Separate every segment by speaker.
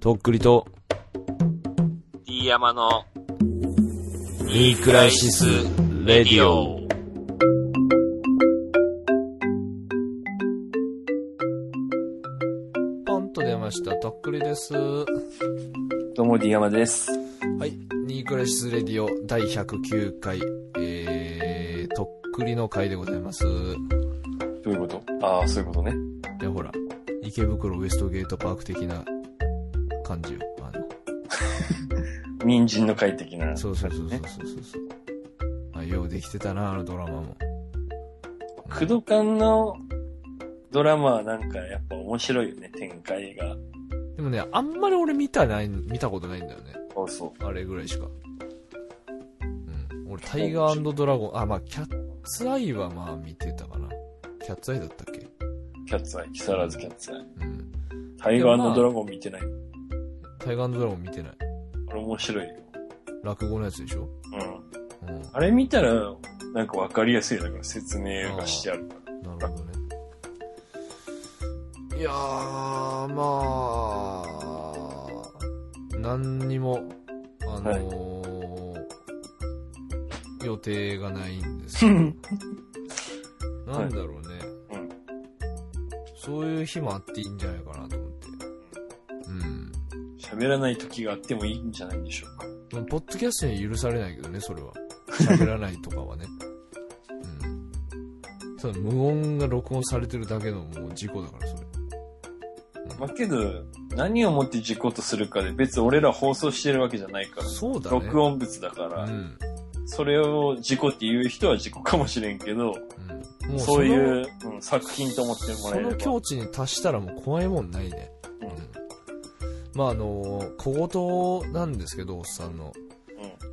Speaker 1: とっくりと、
Speaker 2: D 山の
Speaker 1: いいクライシス・レディオ。
Speaker 3: ポンと出ました。とっくりです。は
Speaker 4: どうも、D 山です。
Speaker 3: い。ニークラシスレディオ第109回、えー、とっくりの回でございます。い
Speaker 4: どういうことああ、そういうことね。
Speaker 3: や、ほら、池袋ウエストゲートパーク的な感じよ。あの、
Speaker 4: 人参の会的な。
Speaker 3: そうそうそうそうそうそうそう。あ、ようできてたな、あのドラマも。
Speaker 4: クドカンのドラマはなんかやっぱ面白いよね、展開が。
Speaker 3: でもね、あんまり俺見たない、見たことないんだよね。
Speaker 4: そうそ
Speaker 3: あれぐらいしか。うん。俺、タイガードラゴン、あ、まあ、キャッツアイはまあ見てたかな。キャッツアイだったっけ
Speaker 4: う。キャッツアイ、木更津キャッツアイ。
Speaker 3: うん。
Speaker 4: タイガーのドラゴン見てない。
Speaker 3: タイガードラゴン見てない。
Speaker 4: これ面白いよ。
Speaker 3: 落語のやつでしょ
Speaker 4: うん。
Speaker 3: うん。
Speaker 4: あれ見たら、なんかわかりやすいよだから説明がしてあるから。
Speaker 3: なるほどね。いやー、まあ、何にも、あのー予定がないんですけ ど、なんだろうね、
Speaker 4: うん
Speaker 3: そういう日もあっていいんじゃないかなと思って。うん。
Speaker 4: 喋らない時があってもいいんじゃないでしょうか。
Speaker 3: まあポッドキャストには許されないけどね、それは。喋らないとか はね。うん。ただ、無音が録音されてるだけのもう事故だから、それ。
Speaker 4: まあ、けど、何をもって事故とするかで別に俺ら放送してるわけじゃないから。
Speaker 3: そうだね。
Speaker 4: 録音物だから。
Speaker 3: うん。
Speaker 4: それを事故って言う人は事故かもしれんけど、
Speaker 3: うん。も
Speaker 4: そう
Speaker 3: その
Speaker 4: いう、うん作品と思ってもら
Speaker 3: そ
Speaker 4: えれ
Speaker 3: の
Speaker 4: ば。
Speaker 3: 境地に達したらもう怖いもんないね。
Speaker 4: う
Speaker 3: うん
Speaker 4: ん。
Speaker 3: まあ、あのー小言なんですけど、おっさんの。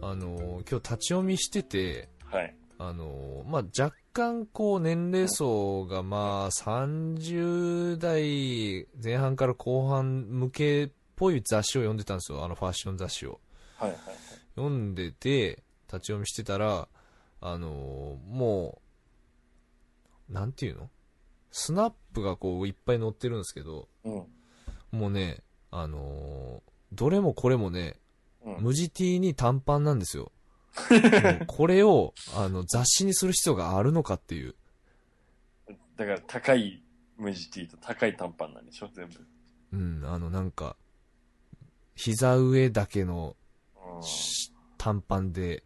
Speaker 3: あのー今日立ち読みしてて、
Speaker 4: はい。
Speaker 3: あのーまあ、若干こう年齢層がまあ30代前半から後半向けっぽい雑誌を読んでたんですよ、あのファッション雑誌を。
Speaker 4: はいはい。
Speaker 3: 読んでて、立ち読みしてたら、あのーもう、なんていうのスナップがこういっぱい載ってるんですけど、
Speaker 4: うん。
Speaker 3: もうね、あのーどれもこれもね、
Speaker 4: うん。
Speaker 3: 無地 T に短パンなんです よ。もうこれをあの雑誌にする必要があるのかっていう。
Speaker 4: だから高い無地 T と高い短パンなんでしょ全部。
Speaker 3: うん、あのなんか、膝上だけの
Speaker 4: う
Speaker 3: し短パンで、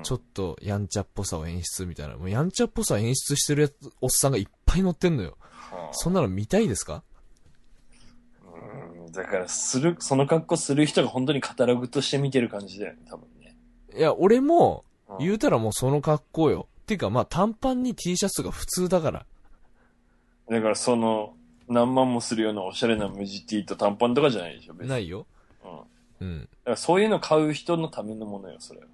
Speaker 4: ん。
Speaker 3: ちょっとやんちゃっぽさを演出みたいな。もうやんちゃっぽさ演出してるやつ、おっさんがいっぱい乗ってんのよ。
Speaker 4: はあ
Speaker 3: そんなの見たいですか
Speaker 4: うんだから、する、その格好する人が本当にカタログとして見てる感じだよね、多分ね。
Speaker 3: いや、俺も、
Speaker 4: うん
Speaker 3: 言うたらもうその格好よ。ていうか、まあ短パンに T シャツが普通だから。
Speaker 4: だから、その、何万もするようなおしゃれな無地 T と短パンとかじゃないでしょ、別に。
Speaker 3: ないよ。
Speaker 4: うん。
Speaker 3: うん。
Speaker 4: だからそういうの買う人のためのものよ、それは。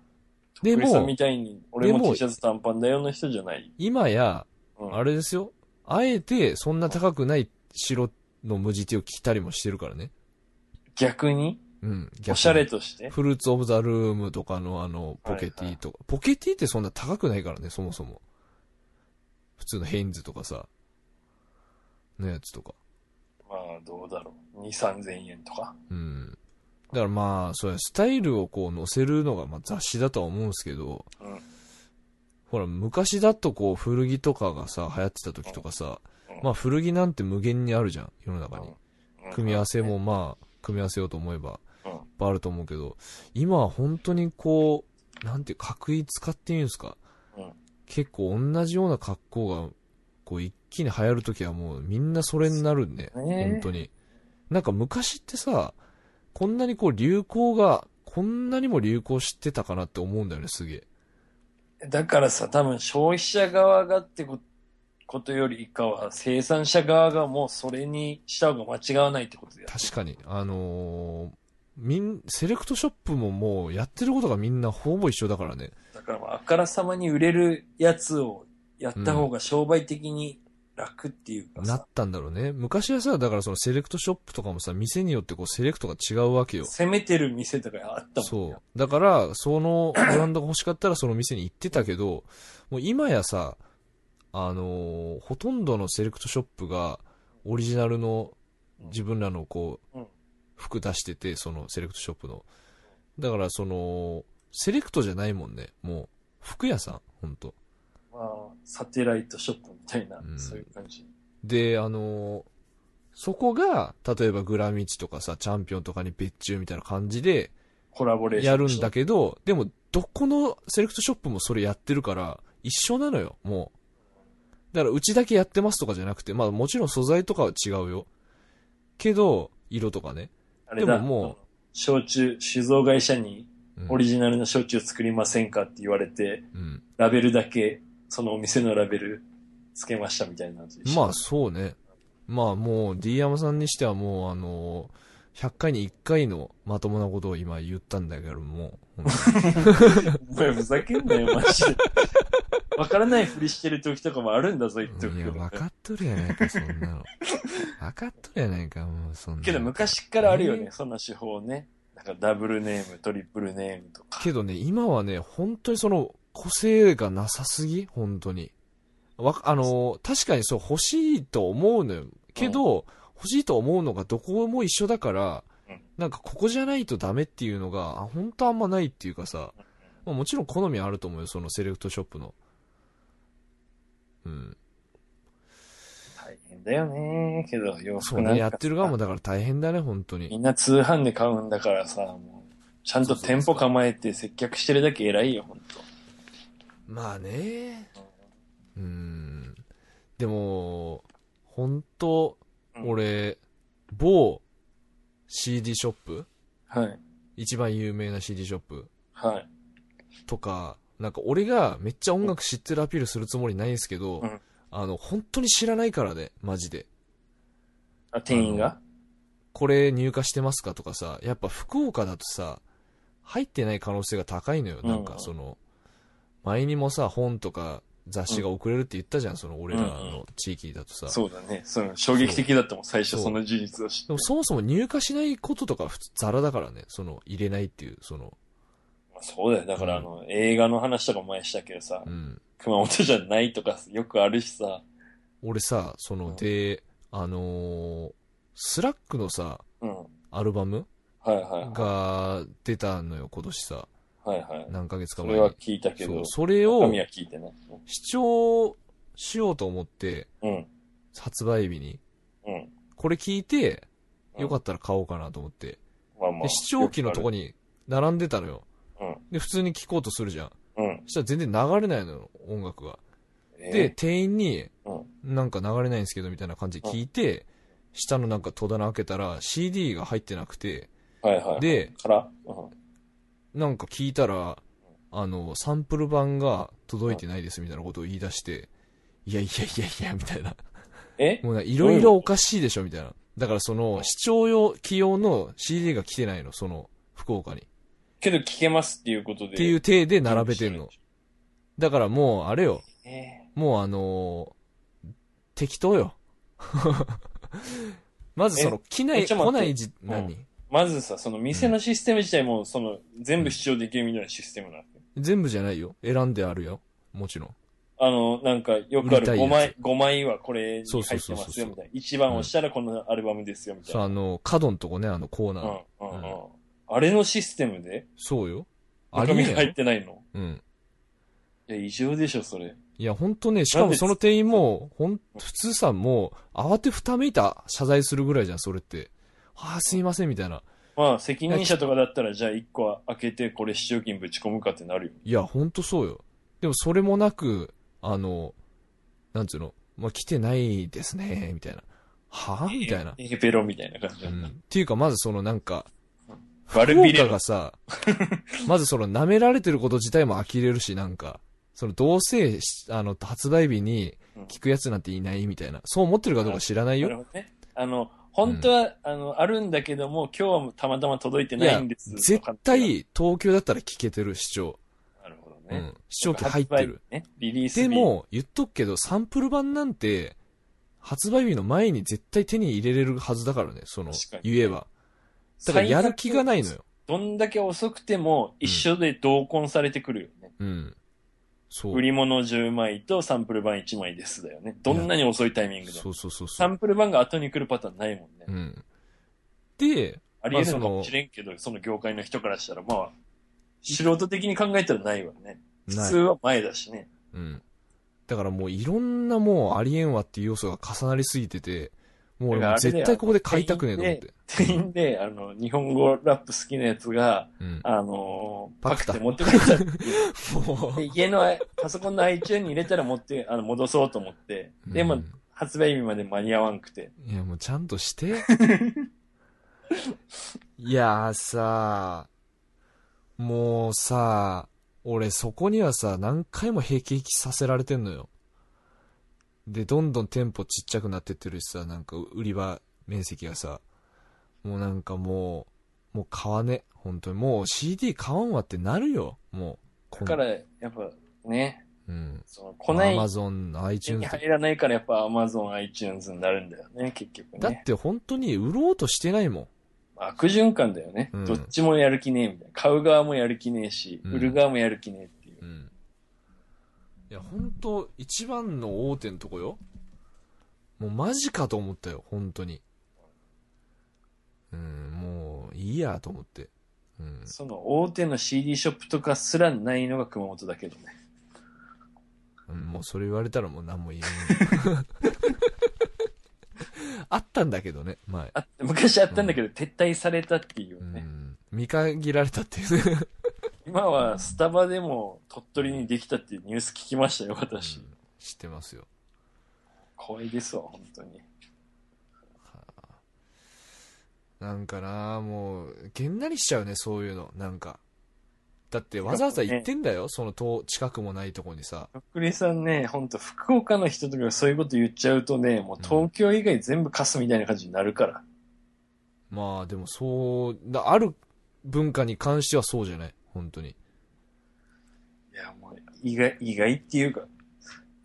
Speaker 3: で
Speaker 4: で
Speaker 3: も
Speaker 4: も、みたいに、俺
Speaker 3: で
Speaker 4: も
Speaker 3: も
Speaker 4: T シャツ短パンだよの人じゃない。
Speaker 3: 今や、
Speaker 4: うん、
Speaker 3: あれですよ。あえて、そんな高くない白の無地手を着たりもしてるからね。
Speaker 4: 逆に
Speaker 3: うん。逆に
Speaker 4: おしゃれとして
Speaker 3: フルーツオブザルームとかのあの、ポケティとか。ポケティってそんな高くないからね、そもそも。普通のヘインズとかさ、のやつとか。
Speaker 4: まあ、どうだろう。2、3000円とか。
Speaker 3: うん。だからまあ、そうや、スタイルをこう載せるのがまあ雑誌だとは思うんですけど、
Speaker 4: うん
Speaker 3: ほら、昔だとこう、古着とかがさ、流行ってた時とかさ、
Speaker 4: うん
Speaker 3: まあ古着なんて無限にあるじゃん、世の中に。
Speaker 4: うん
Speaker 3: 組み合わせもまあ、組み合わせようと思えば、
Speaker 4: うん
Speaker 3: いっぱいあると思うけど、今は本当にこう、なんていう、角位使っていうんですか、
Speaker 4: うん
Speaker 3: 結構同じような格好が、こう一気に流行るときはもうみんなそれになるね。
Speaker 4: そうね
Speaker 3: 本当に。なんか昔ってさ、こんなにこう流行が、こんなにも流行してたかなって思うんだよね、すげえ。
Speaker 4: だからさ、多分消費者側がってこことよりかは、生産者側がもうそれにした方が間違わないってことだよ。
Speaker 3: 確かに。あのーみん、セレクトショップももうやってることがみんなほぼ一緒だからね。
Speaker 4: だから、まああからさまに売れるやつをやった方が商売的に楽っていうか
Speaker 3: な
Speaker 4: さ
Speaker 3: っ、たんだろうね。昔はさ、だからそのセレクトショップとかもさ、店によってこうセレクトが違うわけよ。
Speaker 4: 攻めてる店とかあったもんね
Speaker 3: そう。だから、そのブランドが欲しかったらその店に行ってたけど、もう今やさ、あのーほとんどのセレクトショップが、オリジナルの自分らのこう、
Speaker 4: うん
Speaker 3: 服出してて、そのセレクトショップの。だからその、セレクトじゃないもんね。もう、服屋さん、ほんと。
Speaker 4: まあ、サテライトショップみたいな、
Speaker 3: うん
Speaker 4: そういう感じ。
Speaker 3: で、あの、そこが、例えばグラミチとかさ、チャンピオンとかに別注みたいな感じで、
Speaker 4: コラボレーション。
Speaker 3: やるんだけど、でも、どこのセレクトショップもそれやってるから、一緒なのよ、もう。だから、うちだけやってますとかじゃなくて、まあもちろん素材とかは違うよ。けど、色とかね。
Speaker 4: あれだ、
Speaker 3: でももう
Speaker 4: あの焼酎、酒造会社に
Speaker 3: うん
Speaker 4: オリジナルの焼酎作りませんかって言われて、
Speaker 3: うん。
Speaker 4: ラベルだけ、そのお店のラベルつけましたみたいなのと一緒
Speaker 3: まあそうね。まあもう、D 山さんにしてはもう、あの100回に1回のまともなことを今言ったんだけども、本
Speaker 4: お前ふざけんなよ、マジで。わからないふりしてる時とかもあるんだぞ、言っ
Speaker 3: 当
Speaker 4: と
Speaker 3: に
Speaker 4: く
Speaker 3: い
Speaker 4: け
Speaker 3: や、
Speaker 4: ど。
Speaker 3: 分かっとるやないか、そんなの。分かっとるやないか、もう、そんなの。
Speaker 4: けど昔からあるよね
Speaker 3: え、ー
Speaker 4: そんな手法ね。なんかダブルネーム、トリプルネームとか。
Speaker 3: けどね、今はね、本当にその、個性がなさすぎ本当に。わ、あのー、確かにそう、欲しいと思うのよ。けど、欲しいと思うのがどこも一緒だから、
Speaker 4: うん
Speaker 3: なんかここじゃないとダメっていうのが、あ本当あんまないっていうかさ、まあ、もちろん好みあると思うよ、そのセレクトショップの。うん。
Speaker 4: 大変だよね、けど洋
Speaker 3: そう
Speaker 4: 服なん
Speaker 3: ね、
Speaker 4: か
Speaker 3: やってる側もだから大変だね、本当
Speaker 4: み
Speaker 3: に。
Speaker 4: んな通販で買うんだからさ、もう、ちゃんと店舗構えて接客してるだけ偉いよ、ほんと。
Speaker 3: まあね、うん。でも、本当
Speaker 4: うん
Speaker 3: 俺、某 CD ショップ
Speaker 4: はい。
Speaker 3: 一番有名な CD ショップ
Speaker 4: はい。
Speaker 3: とか、なんか俺がめっちゃ音楽知ってるアピールするつもりないんですけど、
Speaker 4: うん
Speaker 3: あの、本当に知らないからね、マジで。
Speaker 4: あ、店員が
Speaker 3: これ入荷してますかとかさ、やっぱ福岡だとさ、入ってない可能性が高いのよ。
Speaker 4: うん
Speaker 3: なんかその、前にもさ、本とか雑誌が送れるって言ったじゃん、その俺らの地域だとさ。
Speaker 4: そうだね。その衝撃的だったもん、最初
Speaker 3: そう
Speaker 4: その事実を知っ
Speaker 3: で
Speaker 4: て
Speaker 3: も。そもそも入荷しないこととか普通ザラだからね、その入れないっていう、その、
Speaker 4: まあそうだよ。だから、あの、映画の話とかも前したけどさ
Speaker 3: う、ん。
Speaker 4: 熊本じゃないとかよくあるしさ、
Speaker 3: 俺さ、その、
Speaker 4: うん
Speaker 3: で、あのースラックのさ、
Speaker 4: うん。
Speaker 3: アルバム
Speaker 4: はいは
Speaker 3: が出たのよ、今年さ。
Speaker 4: いはい。はいはい。
Speaker 3: 何ヶ月か
Speaker 4: そ
Speaker 3: 前
Speaker 4: れ
Speaker 3: に。
Speaker 4: は聞いたけど、
Speaker 3: そうそれ
Speaker 4: 中
Speaker 3: を
Speaker 4: 身は聞いてない。
Speaker 3: 視聴しようと思って、
Speaker 4: うん。
Speaker 3: 発売日に。
Speaker 4: うん。
Speaker 3: これ聞いて、よか
Speaker 4: っ
Speaker 3: ったら買おうかなと思って。
Speaker 4: た。まあまあ。
Speaker 3: で、視聴器のとこ
Speaker 4: に。
Speaker 3: に並んでたのよ。
Speaker 4: うん
Speaker 3: で、普通に聞こうとするじゃん。
Speaker 4: うん。
Speaker 3: そしたら全然流れないのよ、音楽が。で、
Speaker 4: え
Speaker 3: 店員に、
Speaker 4: ー、うん。
Speaker 3: なんか流れないんですけど、みたいな感じで聞いて、下のなんか戸棚開けたら CD が入ってなくて、
Speaker 4: はいはい。、
Speaker 3: で、
Speaker 4: から、うん。
Speaker 3: なんか聞いたら、あの、サンプル版が届いてないですみたいなことを言い出して、いやいやいやいや、みたいな。
Speaker 4: え
Speaker 3: もうないろいろおかしいでしょ、みたいな。だからその、視聴用、起用の CD が来てないの、その、福岡に。
Speaker 4: けど聞けますっていうことで。
Speaker 3: っていう体で並べてんの。だからもう、あれよ、
Speaker 4: え
Speaker 3: もうあのー適当よ。 まずその、来な
Speaker 4: え
Speaker 3: い、
Speaker 4: ちょっと
Speaker 3: 来な
Speaker 4: 待って
Speaker 3: いじ、
Speaker 4: ん
Speaker 3: 何
Speaker 4: ーまずさ、その店のシステム自体も、その、全部視聴できるみたいなシステムなの。
Speaker 3: 全部じゃないよ。選んであるよ。もちろん。
Speaker 4: あの、なんか、よくあ
Speaker 3: 売り
Speaker 4: る
Speaker 3: たいやつ
Speaker 4: 5枚、5枚はこれに入ってま
Speaker 3: そうそうそう
Speaker 4: す
Speaker 3: そう
Speaker 4: よ、みたいな。1番押したらこのアルバムですよ、みたい
Speaker 3: そう、
Speaker 4: な。
Speaker 3: あの、角のとこね、あのコーナ
Speaker 4: う
Speaker 3: ー。
Speaker 4: ん、うん、
Speaker 3: う
Speaker 4: うんん。あれのシステムで
Speaker 3: そうよ。あ
Speaker 4: 中
Speaker 3: り
Speaker 4: 身
Speaker 3: えな
Speaker 4: 入っ
Speaker 3: い。
Speaker 4: てないの
Speaker 3: うん。
Speaker 4: いや、異常でしょ、それ。
Speaker 3: いや、ほんとね、しかもその店員も、ほん、普通さ、もう、慌てふためいた謝罪するぐらいじゃん、それって。ああ、すいません、みたいな。
Speaker 4: まあ、責任者とかだったら、じゃあ1個は開けて、これ視聴金ぶち込むかってなるよ。
Speaker 3: いや、ほんとそうよ。でも、それもなく、あの、なんつうの、まあ、来てないですね、みたいな。はあみたいな。
Speaker 4: えーペロみたいな感じ
Speaker 3: う
Speaker 4: だった。
Speaker 3: ん。っていうか、まずそのなんか、
Speaker 4: 悪
Speaker 3: 効
Speaker 4: びれ
Speaker 3: 果
Speaker 4: ろ
Speaker 3: が さ、まずその舐められてること自体も呆れるし、なんか、その同性し、あの、発売日に聞くやつなんていないみたいな。そう思ってるかどうか知らない
Speaker 4: な
Speaker 3: よ
Speaker 4: る。ほどね。あの、本当は、あの、あるんだけども、今日はもうたまたま届いて
Speaker 3: い
Speaker 4: な
Speaker 3: や
Speaker 4: いんです。
Speaker 3: 絶対、東京だったら聞けてる、視聴。
Speaker 4: なるほど
Speaker 3: う
Speaker 4: ね。
Speaker 3: ん。視聴器入ってる。
Speaker 4: 発売日ね。リリース日
Speaker 3: で、も、言っとくけど、サンプル版なんて、発売日の前に絶対手に入れれるはずだからね、その
Speaker 4: 確か、に
Speaker 3: 言えば。だからやる気がないの
Speaker 4: よ。
Speaker 3: よ。
Speaker 4: どんだけ遅くても、一緒で同梱されてくるよね。
Speaker 3: うん。そう
Speaker 4: 売。り物10枚とサンプル版1枚ですだよね。どんなに遅いタイミングで
Speaker 3: そ
Speaker 4: も。
Speaker 3: うそうそうそ
Speaker 4: サ
Speaker 3: う。
Speaker 4: ンプル版が後に来るパターンないもんね
Speaker 3: う。ん。で、
Speaker 4: ありえるのかもしれんけど、その業界の人からしたら、まあ、素人的に考えたらないわね。普
Speaker 3: ない
Speaker 4: 通は前だしね。
Speaker 3: うん。だからもういろんなもうありえんわっていう要素が重なりすぎてて、もう俺
Speaker 4: だからあれだよ
Speaker 3: 絶対ここで買いたくねえと思って。
Speaker 4: 店員で、あの、日本語ラップ好きなやつが、
Speaker 3: うん。
Speaker 4: あのー
Speaker 3: パ
Speaker 4: パ
Speaker 3: ク
Speaker 4: ク
Speaker 3: タ
Speaker 4: って持ってくれた。
Speaker 3: も
Speaker 4: で家の、パソコンの iTunes に入れたら持って、あの、戻そうと思って。
Speaker 3: う。
Speaker 4: で
Speaker 3: う
Speaker 4: も
Speaker 3: ん、
Speaker 4: 発売日まで間に合わんくて。
Speaker 3: いや、もうちゃんと して。いやーさもうさ俺そこにはさ、何回も平気させられてんのよ。で、どんどん店舗ちっちゃくなってってるしさ、なんか売り場面積がさ、もうなんかもう、もう買わね、本当に。もう CD 買わんわってなるよ、もう。こ
Speaker 4: だ
Speaker 3: ん
Speaker 4: から、やっぱ、ね、
Speaker 3: うん。
Speaker 4: その、来
Speaker 3: ア
Speaker 4: ない
Speaker 3: マゾン、
Speaker 4: 手
Speaker 3: iTunes
Speaker 4: に
Speaker 3: とか
Speaker 4: 入らないから、やっぱ Amazon、iTunes になるんだよね、結局
Speaker 3: だっ
Speaker 4: ね。
Speaker 3: て本当に売ろうとしてないもん。
Speaker 4: 悪循環だよね、
Speaker 3: うん
Speaker 4: どっちもやる気ねえみたいな。買う側もやる気ねえし、
Speaker 3: うん
Speaker 4: 売る側もやる気ねえっていうう。
Speaker 3: ん。いや、本当一番の大手のとこよ。もうマジかと思ったよ、本当に。うん、もういいやと思って。うん。
Speaker 4: その、大手の CD ショップとかすらないのが熊本だけどね。
Speaker 3: うんもうそれ言われたらもう何も言えない。 あったんだけどね、前。
Speaker 4: あ昔あったんだけど、撤退されたっていう
Speaker 3: う
Speaker 4: ね。
Speaker 3: ん。見限られたっていうね。
Speaker 4: 今はスタバでも鳥取にできたっていうニュース聞きましたよ、
Speaker 3: う
Speaker 4: 私。
Speaker 3: ん知ってますよ。
Speaker 4: 怖いですわ、本当に。
Speaker 3: なんかなもう、げんなりしちゃうね、そういうの。なんか。だってわざわざ行ってんだよ、その遠、近くもないとこにさ。
Speaker 4: とっくりさんね、ほんと、福岡の人とかがそういうこと言っちゃうとね、もう東京以外全部カスみたいな感じになるから。
Speaker 3: まあでもそうだある文化に関してはそうじゃない本当に
Speaker 4: いや、もう、意外、意外っていうか、い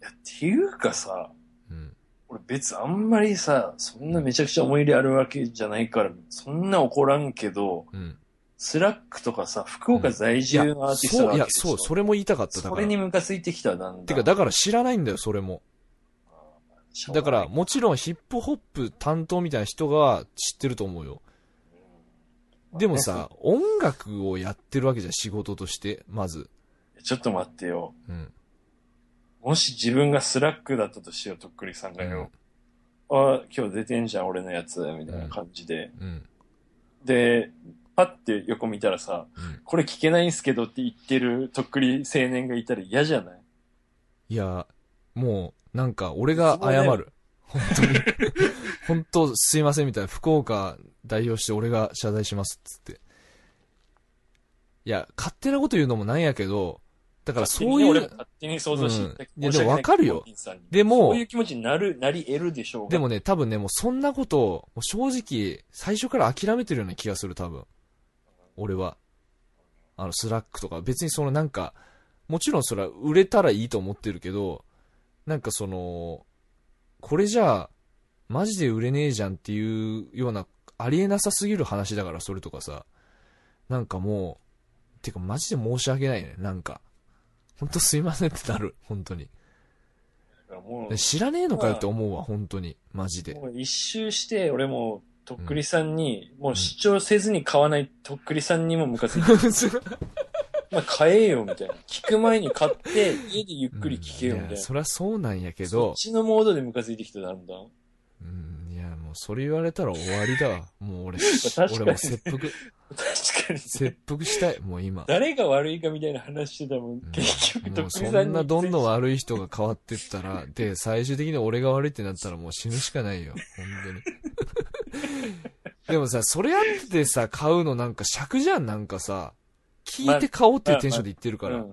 Speaker 4: や、っていうかさ、
Speaker 3: うん
Speaker 4: 俺別あんまりさ、そんなめちゃくちゃ思い入れあるわけじゃないから、そんな怒らんけど、
Speaker 3: うん
Speaker 4: スラックとかさ、福岡在
Speaker 3: いや
Speaker 4: 住のアーティス
Speaker 3: そ
Speaker 4: トな
Speaker 3: うい
Speaker 4: わ
Speaker 3: や
Speaker 4: けでしょ
Speaker 3: そうそれも言いたかっただ
Speaker 4: そ
Speaker 3: から
Speaker 4: れにムカついてきた、だんだん。
Speaker 3: てかだから知らないんだよそれも
Speaker 4: しょうが
Speaker 3: だか
Speaker 4: ない
Speaker 3: ら、もちろんヒップホップ担当みたいな人が知ってると思うよでもさ音楽をやってるわけじゃん仕事としてまず
Speaker 4: ちょっと待ってよ。
Speaker 3: うん
Speaker 4: もし自分がスラックだったとしよう、とっくりさんがよ。あ、今日出てんじゃん、俺のやつ、みたいな感じで。
Speaker 3: うん
Speaker 4: で、パッて横見たらさ、
Speaker 3: うん
Speaker 4: これ聞けないんすけどって言ってるとっくり青年がいたら嫌じゃない
Speaker 3: いやもうなんか俺が謝る本当に 本当すいませんみたいな福岡代表して俺が謝罪しますっつっていや勝手なこと言うのもなんやけどだからそうい
Speaker 4: 勝手にね俺
Speaker 3: う
Speaker 4: も勝手に想像していた
Speaker 3: うんいやでもわかるよ。
Speaker 4: 申し訳ない
Speaker 3: でも
Speaker 4: そういう気持ちになる、なり得るでしょうが。
Speaker 3: でもね多分ねもうそんなことをもう正直最初から諦めてるような気がする多分俺はあのスラックとか別にそのなんかもちろんそれは売れたらいいと思ってるけどなんかそのこれじゃあマジで売れねえじゃんっていうようなありえなさすぎる話だからそれとかさなんかもうてかマジで申し訳ないねなんか本当すいませんってなる本当に
Speaker 4: だからもう
Speaker 3: で知らねえのかよって思うわ本当にマジで
Speaker 4: もう一周して、俺もう、とっくりさんに、もう主張せずに買わないとっくりさんにもム カついて、まあ買えよ、みたいな。聞く前に買って、家でゆっくり聞けよ、みた
Speaker 3: うん
Speaker 4: い
Speaker 3: や
Speaker 4: な。
Speaker 3: そりゃそうなんやけ
Speaker 4: そ
Speaker 3: ど
Speaker 4: っ、ちのモードでムカついてきた、だんだん。
Speaker 3: うん、いや、もうそれ言われたら終わりだわ。もう 俺、
Speaker 4: 確かに
Speaker 3: 俺もう切腹、
Speaker 4: 確かに。
Speaker 3: 切腹したい、もう今。
Speaker 4: 誰が悪いかみたいな話してたもん。
Speaker 3: うん
Speaker 4: 結局、
Speaker 3: も
Speaker 4: とっ
Speaker 3: う
Speaker 4: く
Speaker 3: そ
Speaker 4: りさんに。
Speaker 3: んなどんどん悪い人が変わってったら、で、最終的に俺が悪いってなったらもう死ぬしかないよ。本当に。 でもさ、それあってさ、買うのなんか尺じゃん、なんかさ。聞いて買おうっていうテンションで言ってるか
Speaker 4: う
Speaker 3: ら。
Speaker 4: ん。っ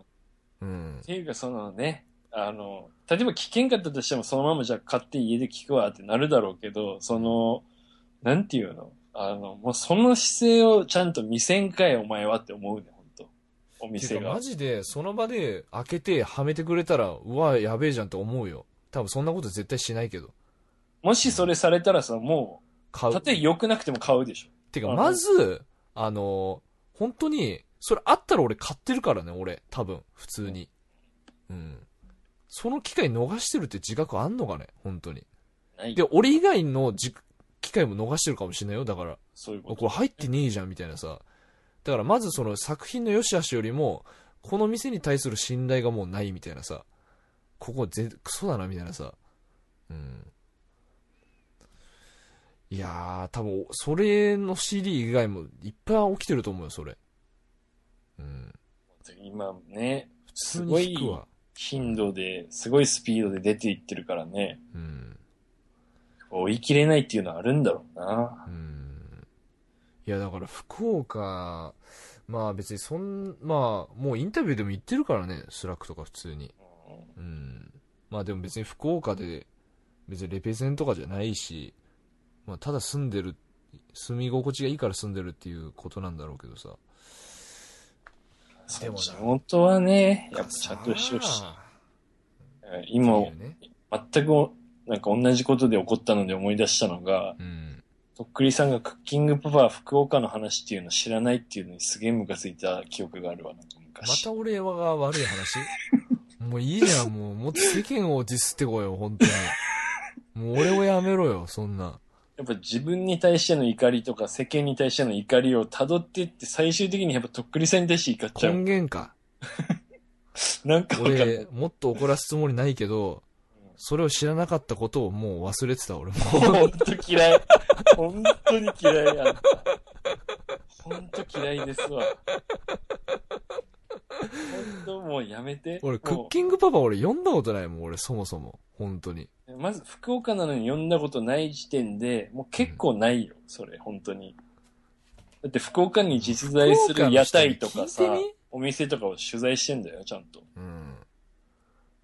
Speaker 3: うん。
Speaker 4: ていうか、そのね、あの、例えば聞けんかったとしても、そのままじゃあ買って家で聞くわってなるだろうけど、その、なんていうのあの、もうその姿勢をちゃんと見せんかい、お前はって思うね、本当お
Speaker 3: て
Speaker 4: 店
Speaker 3: か
Speaker 4: が
Speaker 3: マ。ジでその場で開けてはめてくれたらうわやべえじゃんって思うよ多分そんなこと絶対しないけど
Speaker 4: もしそれされたらさ、も
Speaker 3: 買
Speaker 4: う、
Speaker 3: う
Speaker 4: たとえ良くなくても買うでしょ。
Speaker 3: てか
Speaker 4: あ
Speaker 3: まずあの本当にそれあったら俺買ってるからね俺多分普通にうんその機会逃してるって自覚あんのかね本当に
Speaker 4: ない
Speaker 3: で俺以外のじ機会も逃してるかもしれないよだから
Speaker 4: そういう
Speaker 3: あ
Speaker 4: こ
Speaker 3: これ入ってねえじゃんみたいなさだからまずその作品の良し悪しよりもこの店に対する信頼がもうないみたいなさここぜクソだなみたいなさうんいやー多分それの CD 以外もいっぱい起きてると思うよそれうん
Speaker 4: と。今ね、
Speaker 3: 普通に弾くわ
Speaker 4: 頻度で、すごいスピードで出ていってるからね、
Speaker 3: うん
Speaker 4: 追い切れないっていうのはあるんだろうな。
Speaker 3: うんいやだから福岡まあ別にそんまあもうインタビューでも言ってるからねスラックとか普通に
Speaker 4: う
Speaker 3: う
Speaker 4: ん
Speaker 3: んまあでも別に福岡で別にレペゼンとかじゃないし、まあ、ただ住んでる住み心地がいいから住んでるっていうことなんだろうけどさでもな
Speaker 4: 地元はね、やっぱちゃんとしてほしい。今、
Speaker 3: うね
Speaker 4: 全くなんか同じことで起こったので思い出したのが、
Speaker 3: うん
Speaker 4: とっくりさんがクッキングパパは福岡の話っていうの知らないっていうのにすげえムカついた記憶があるわ、なんか
Speaker 3: ま
Speaker 4: 昔。
Speaker 3: た俺はが悪い話もういいじゃんもうもっと世間をディスってこいよ本当にもう俺をやめろよそんな
Speaker 4: やっぱ自分に対しての怒りとか世間に対しての怒りを辿ってって最終的にやっぱとっくりさんに対して怒っちゃ
Speaker 3: 根
Speaker 4: う。
Speaker 3: 源か
Speaker 4: なんかわかんない
Speaker 3: 俺。もっと怒らすつもりないけどそれを知らなかったことをもう忘れてた俺も
Speaker 4: 本当嫌い。本当に嫌い。あんた本当嫌いですわ。本当もうやめて。
Speaker 3: 俺、ク
Speaker 4: も
Speaker 3: ッ
Speaker 4: う
Speaker 3: キングパパ俺読んだことないもん、俺、そもそも。本当に。
Speaker 4: まず福岡なのに呼んだことない時点で、もう結構ないよ、それ、本当に。だって福岡に実在する屋台とかさ
Speaker 3: 福岡の人に聞いてみ、
Speaker 4: お店とかを取材してんだよ、ちゃんと。
Speaker 3: うん。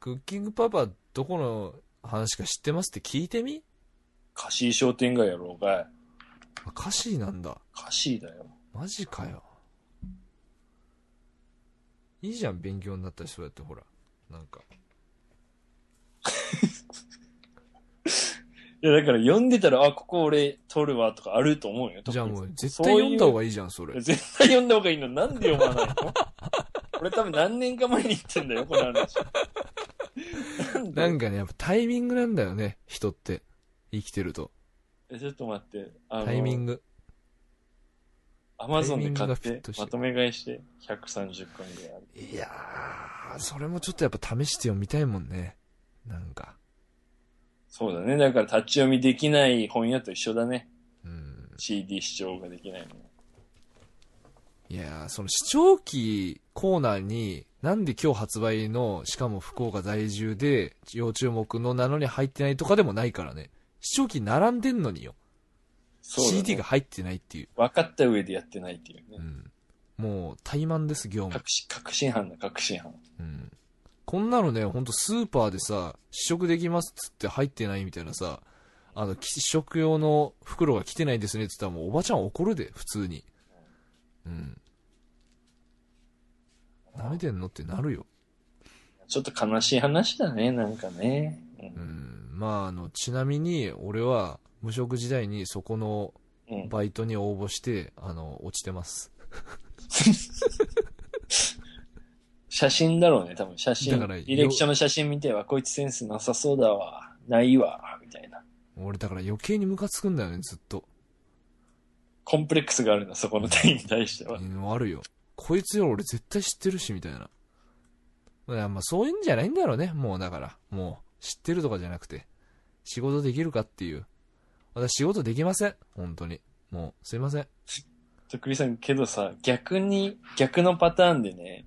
Speaker 3: クッキングパパ、どこの話か知ってますって聞いてみ
Speaker 4: 菓子商店街やろうがい。
Speaker 3: あ、歌詞なんだ。
Speaker 4: 菓子だよ。
Speaker 3: マジかよ。いいじゃん、勉強になったし、そうやってほら。なんか。
Speaker 4: いや、だから呼んでたら、あ、ここ俺取るわとかあると思うよ。
Speaker 3: じゃあもう、絶対読んだ方がいいじゃん、それ。
Speaker 4: 絶対読んだ方がいいの。なんで読まないの 俺多分何年か前に言ってんだよ、この話。なんで
Speaker 3: なんかね、やっぱタイミングなんだよね、人って。生きてると。
Speaker 4: えちょっと待って。あの
Speaker 3: タイミング。
Speaker 4: アマゾンで買っ
Speaker 3: タイミングがフィッ
Speaker 4: て
Speaker 3: トし、て
Speaker 4: まとめ買いして、130巻ぐらいある。
Speaker 3: いやー、それもちょっとやっぱ試して読みたいもんね。なんか。
Speaker 4: そうだね。だから立ち読みできない本屋と一緒だね。
Speaker 3: うん。
Speaker 4: CD 視聴ができないの。
Speaker 3: いやー、その視聴器コーナーに、なんで今日発売の、しかも福岡在住で、要注目のなのに入ってないとかでもないからね。視聴器並んでんのによ。
Speaker 4: そうだね
Speaker 3: CD が入ってないっていう。
Speaker 4: 分かった上でやってないっていう
Speaker 3: う
Speaker 4: ね。
Speaker 3: ん。もう、怠慢です、業務
Speaker 4: 確。信、確信犯だ、確信犯。
Speaker 3: うん。こんなのね、ほんとスーパーでさ、試食できますっつって入ってないみたいなさ、あの、試食用の袋が来てないですねって言ったらもうおばちゃん怒るで、普通に。うん。舐めてんのってなるよ。
Speaker 4: ちょっと悲しい話だね、なんかね。う。
Speaker 3: うんん、まああのちなみに俺は無職時代にそこの
Speaker 4: うん、
Speaker 3: バイトに応募してあの落ちてます
Speaker 4: 写真だろうね、多分写真。
Speaker 3: だから
Speaker 4: 履歴書の写真見ては、こいつセンスなさそうだわ。ないわ、みたいな。
Speaker 3: 俺だから余計にムカつくんだよねずっと、
Speaker 4: コンプレックスがあるんだ、そこの店員に対しては。
Speaker 3: うん、あるよこいつより俺絶対知ってるしみたいなまあまあそういうんじゃないんだろうねもうだからもう知ってるとかじゃなくて仕事できるかっていう私仕事できません本当にもうすいません
Speaker 4: とっくりさん、けどさ、逆に、逆のパターンでね、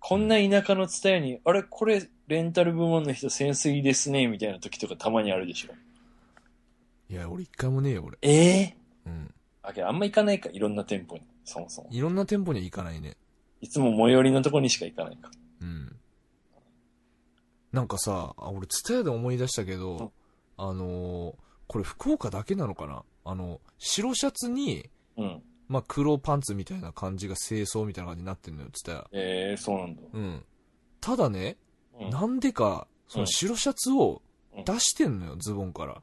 Speaker 4: こんな田舎のツタヤに、あれ、これ、レンタル部門の人センスいいですね、みたいな時とかたまにあるでしょ。
Speaker 3: いや俺一回もねえよ俺
Speaker 4: ええ
Speaker 3: うん
Speaker 4: あ、けどあんま行かないか、いろんな店舗に、そもそも。
Speaker 3: いろんな店舗には行かないね
Speaker 4: いつも最寄りのとこにしか行かないか。
Speaker 3: うん。なんかさ、あ俺、ツタヤで思い出したけど、あのーこれ福岡だけなのかなあの、白シャツに、
Speaker 4: うん。
Speaker 3: まあ、黒パンツみたいな感じが清掃みたいな感じになってんのよ、ツタヤ。
Speaker 4: ええそうなんだ。
Speaker 3: うん。ただね、
Speaker 4: うん、
Speaker 3: なんでか、その白シャツを
Speaker 4: うん
Speaker 3: 出してんのよ、ズボンから。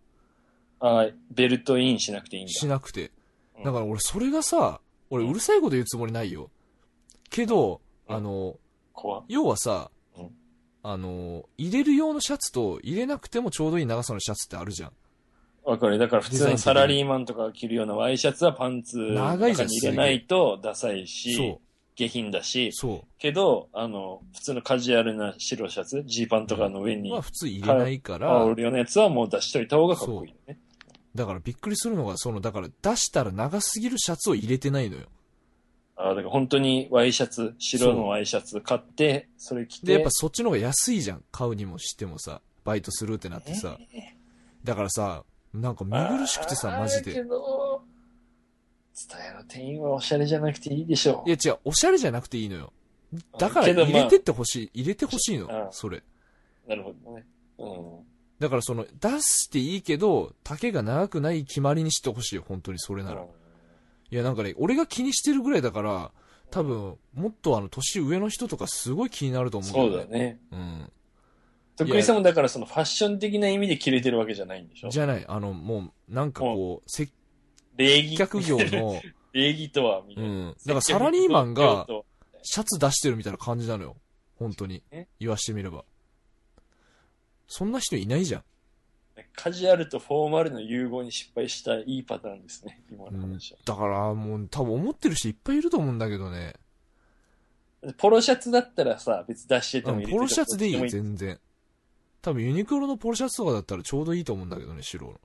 Speaker 4: あベルトインしなくていいんだ。
Speaker 3: しなくて。
Speaker 4: うん
Speaker 3: だから俺、それがさ、俺、
Speaker 4: うん
Speaker 3: うるさいこと言うつもりないよ。けど、
Speaker 4: うん
Speaker 3: あの、
Speaker 4: 怖
Speaker 3: 要はさ
Speaker 4: うん、
Speaker 3: あの、入れる用のシャツと入れなくてもちょうどいい長さのシャツってあるじゃん。
Speaker 4: わかる。だから普通のサラリーマンとかが着るようなワイシャツはパンツの
Speaker 3: 長いじ
Speaker 4: 中
Speaker 3: ゃん
Speaker 4: に入れないとダサいし
Speaker 3: そ、
Speaker 4: 下品だし
Speaker 3: う。、そ
Speaker 4: けど、あの、普通のカジュアルな白シャツ、ジーパンとかの上
Speaker 3: う。
Speaker 4: に
Speaker 3: まあ、普通入れないか
Speaker 4: 羽
Speaker 3: ら
Speaker 4: 織、るようなやつはもう出しといた方がかっこいいよね。
Speaker 3: だからびっくりするのが、その、だから出したら長すぎるシャツを入れてないのよ。
Speaker 4: あだから本当にワイシャツ、白のワイシャツ買って、それ着て。
Speaker 3: で、やっぱそっちの方が安いじゃん。買うにもしてもさ、バイトするってなってさ。だからさ、なんか見苦しくてさ、
Speaker 4: あー
Speaker 3: マジ
Speaker 4: け
Speaker 3: で。
Speaker 4: ど、ツタヤの店員はおしゃれじゃなくていいでしょ
Speaker 3: いや違う、おしゃれじゃなくていいのよ。だから
Speaker 4: けど
Speaker 3: 入
Speaker 4: まあ
Speaker 3: れてってほしい。入れてほしいの
Speaker 4: う、ん
Speaker 3: それ。
Speaker 4: う。なるほどね。う
Speaker 3: だからその、出していいけど、丈が長くない決まりにしてほしい。本当にそれ
Speaker 4: ん。
Speaker 3: なら
Speaker 4: う。ん
Speaker 3: いやなんかね、俺が気にしてるぐらいだから、多分、もっとあの、年上の人とかすごい気になると思
Speaker 4: そううんだ。ね。
Speaker 3: うん。
Speaker 4: 徳井さんもだからそのファッション的な意味で着れてるわけじゃないんでしょ
Speaker 3: じゃない、あの、もう、なんかこう、接
Speaker 4: 礼儀。
Speaker 3: 客業。の、
Speaker 4: 礼儀とは、みた
Speaker 3: う
Speaker 4: いな。
Speaker 3: ん。だからサラリーマン
Speaker 4: 接客業
Speaker 3: が、
Speaker 4: と
Speaker 3: シャツ出してるみたいな感じなのよ。本当に
Speaker 4: え。
Speaker 3: 言わしてみれば。そんな人いないじゃん。
Speaker 4: カジュアルとフォーマルの融合に失敗したいいパターンですね、今の話は。
Speaker 3: だから、もう、多分思ってる人いっぱいいると思うんだけどね。
Speaker 4: ポロシャツだったらさ、別に出してて
Speaker 3: う
Speaker 4: も
Speaker 3: ん
Speaker 4: 入れてて
Speaker 3: ポ
Speaker 4: も
Speaker 3: ロシャツでいい
Speaker 4: ど
Speaker 3: よ、
Speaker 4: っちも
Speaker 3: 全然。多分ユニクロのポロシャツとかだったらちょうどいいと思うんだけどね、白の。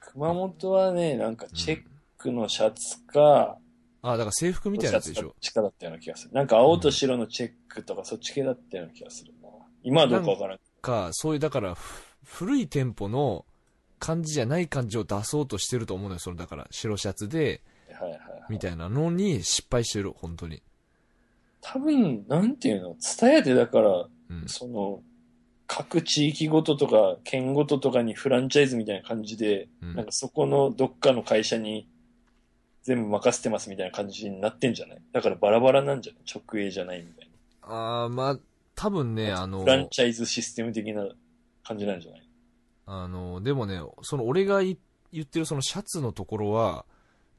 Speaker 4: 熊本はね、なんかチェックのシャツか、
Speaker 3: あ、だから制服みたいなやつでし
Speaker 4: どっ
Speaker 3: ょ。
Speaker 4: ちかだったような気がする。なんか青と白のチェックとかそっち系だったような気がするな。今はどうかわからん。
Speaker 3: か、そういう、だから、ふ古い店舗の感じじゃない感じを出そうとしてると思うのよ、その、だから、白シャツで、
Speaker 4: はいはいはい。
Speaker 3: みたいなのに失敗してる、本当に。
Speaker 4: 多分、なんていうの、伝えてだから、
Speaker 3: うん。
Speaker 4: その、各地域ごととか、県ごととかにフランチャイズみたいな感じで、
Speaker 3: うん
Speaker 4: なんかそこのどっかの会社に全部任せてますみたいな感じになってんじゃないだからバラバラなんじゃない直営じゃないみたい
Speaker 3: あーまあ、多分ね、あ
Speaker 4: な。
Speaker 3: の
Speaker 4: フ、ランチャイズシステム的な感じなんじゃない
Speaker 3: あの、でもね、その、俺がい言ってるそのシャツのところは、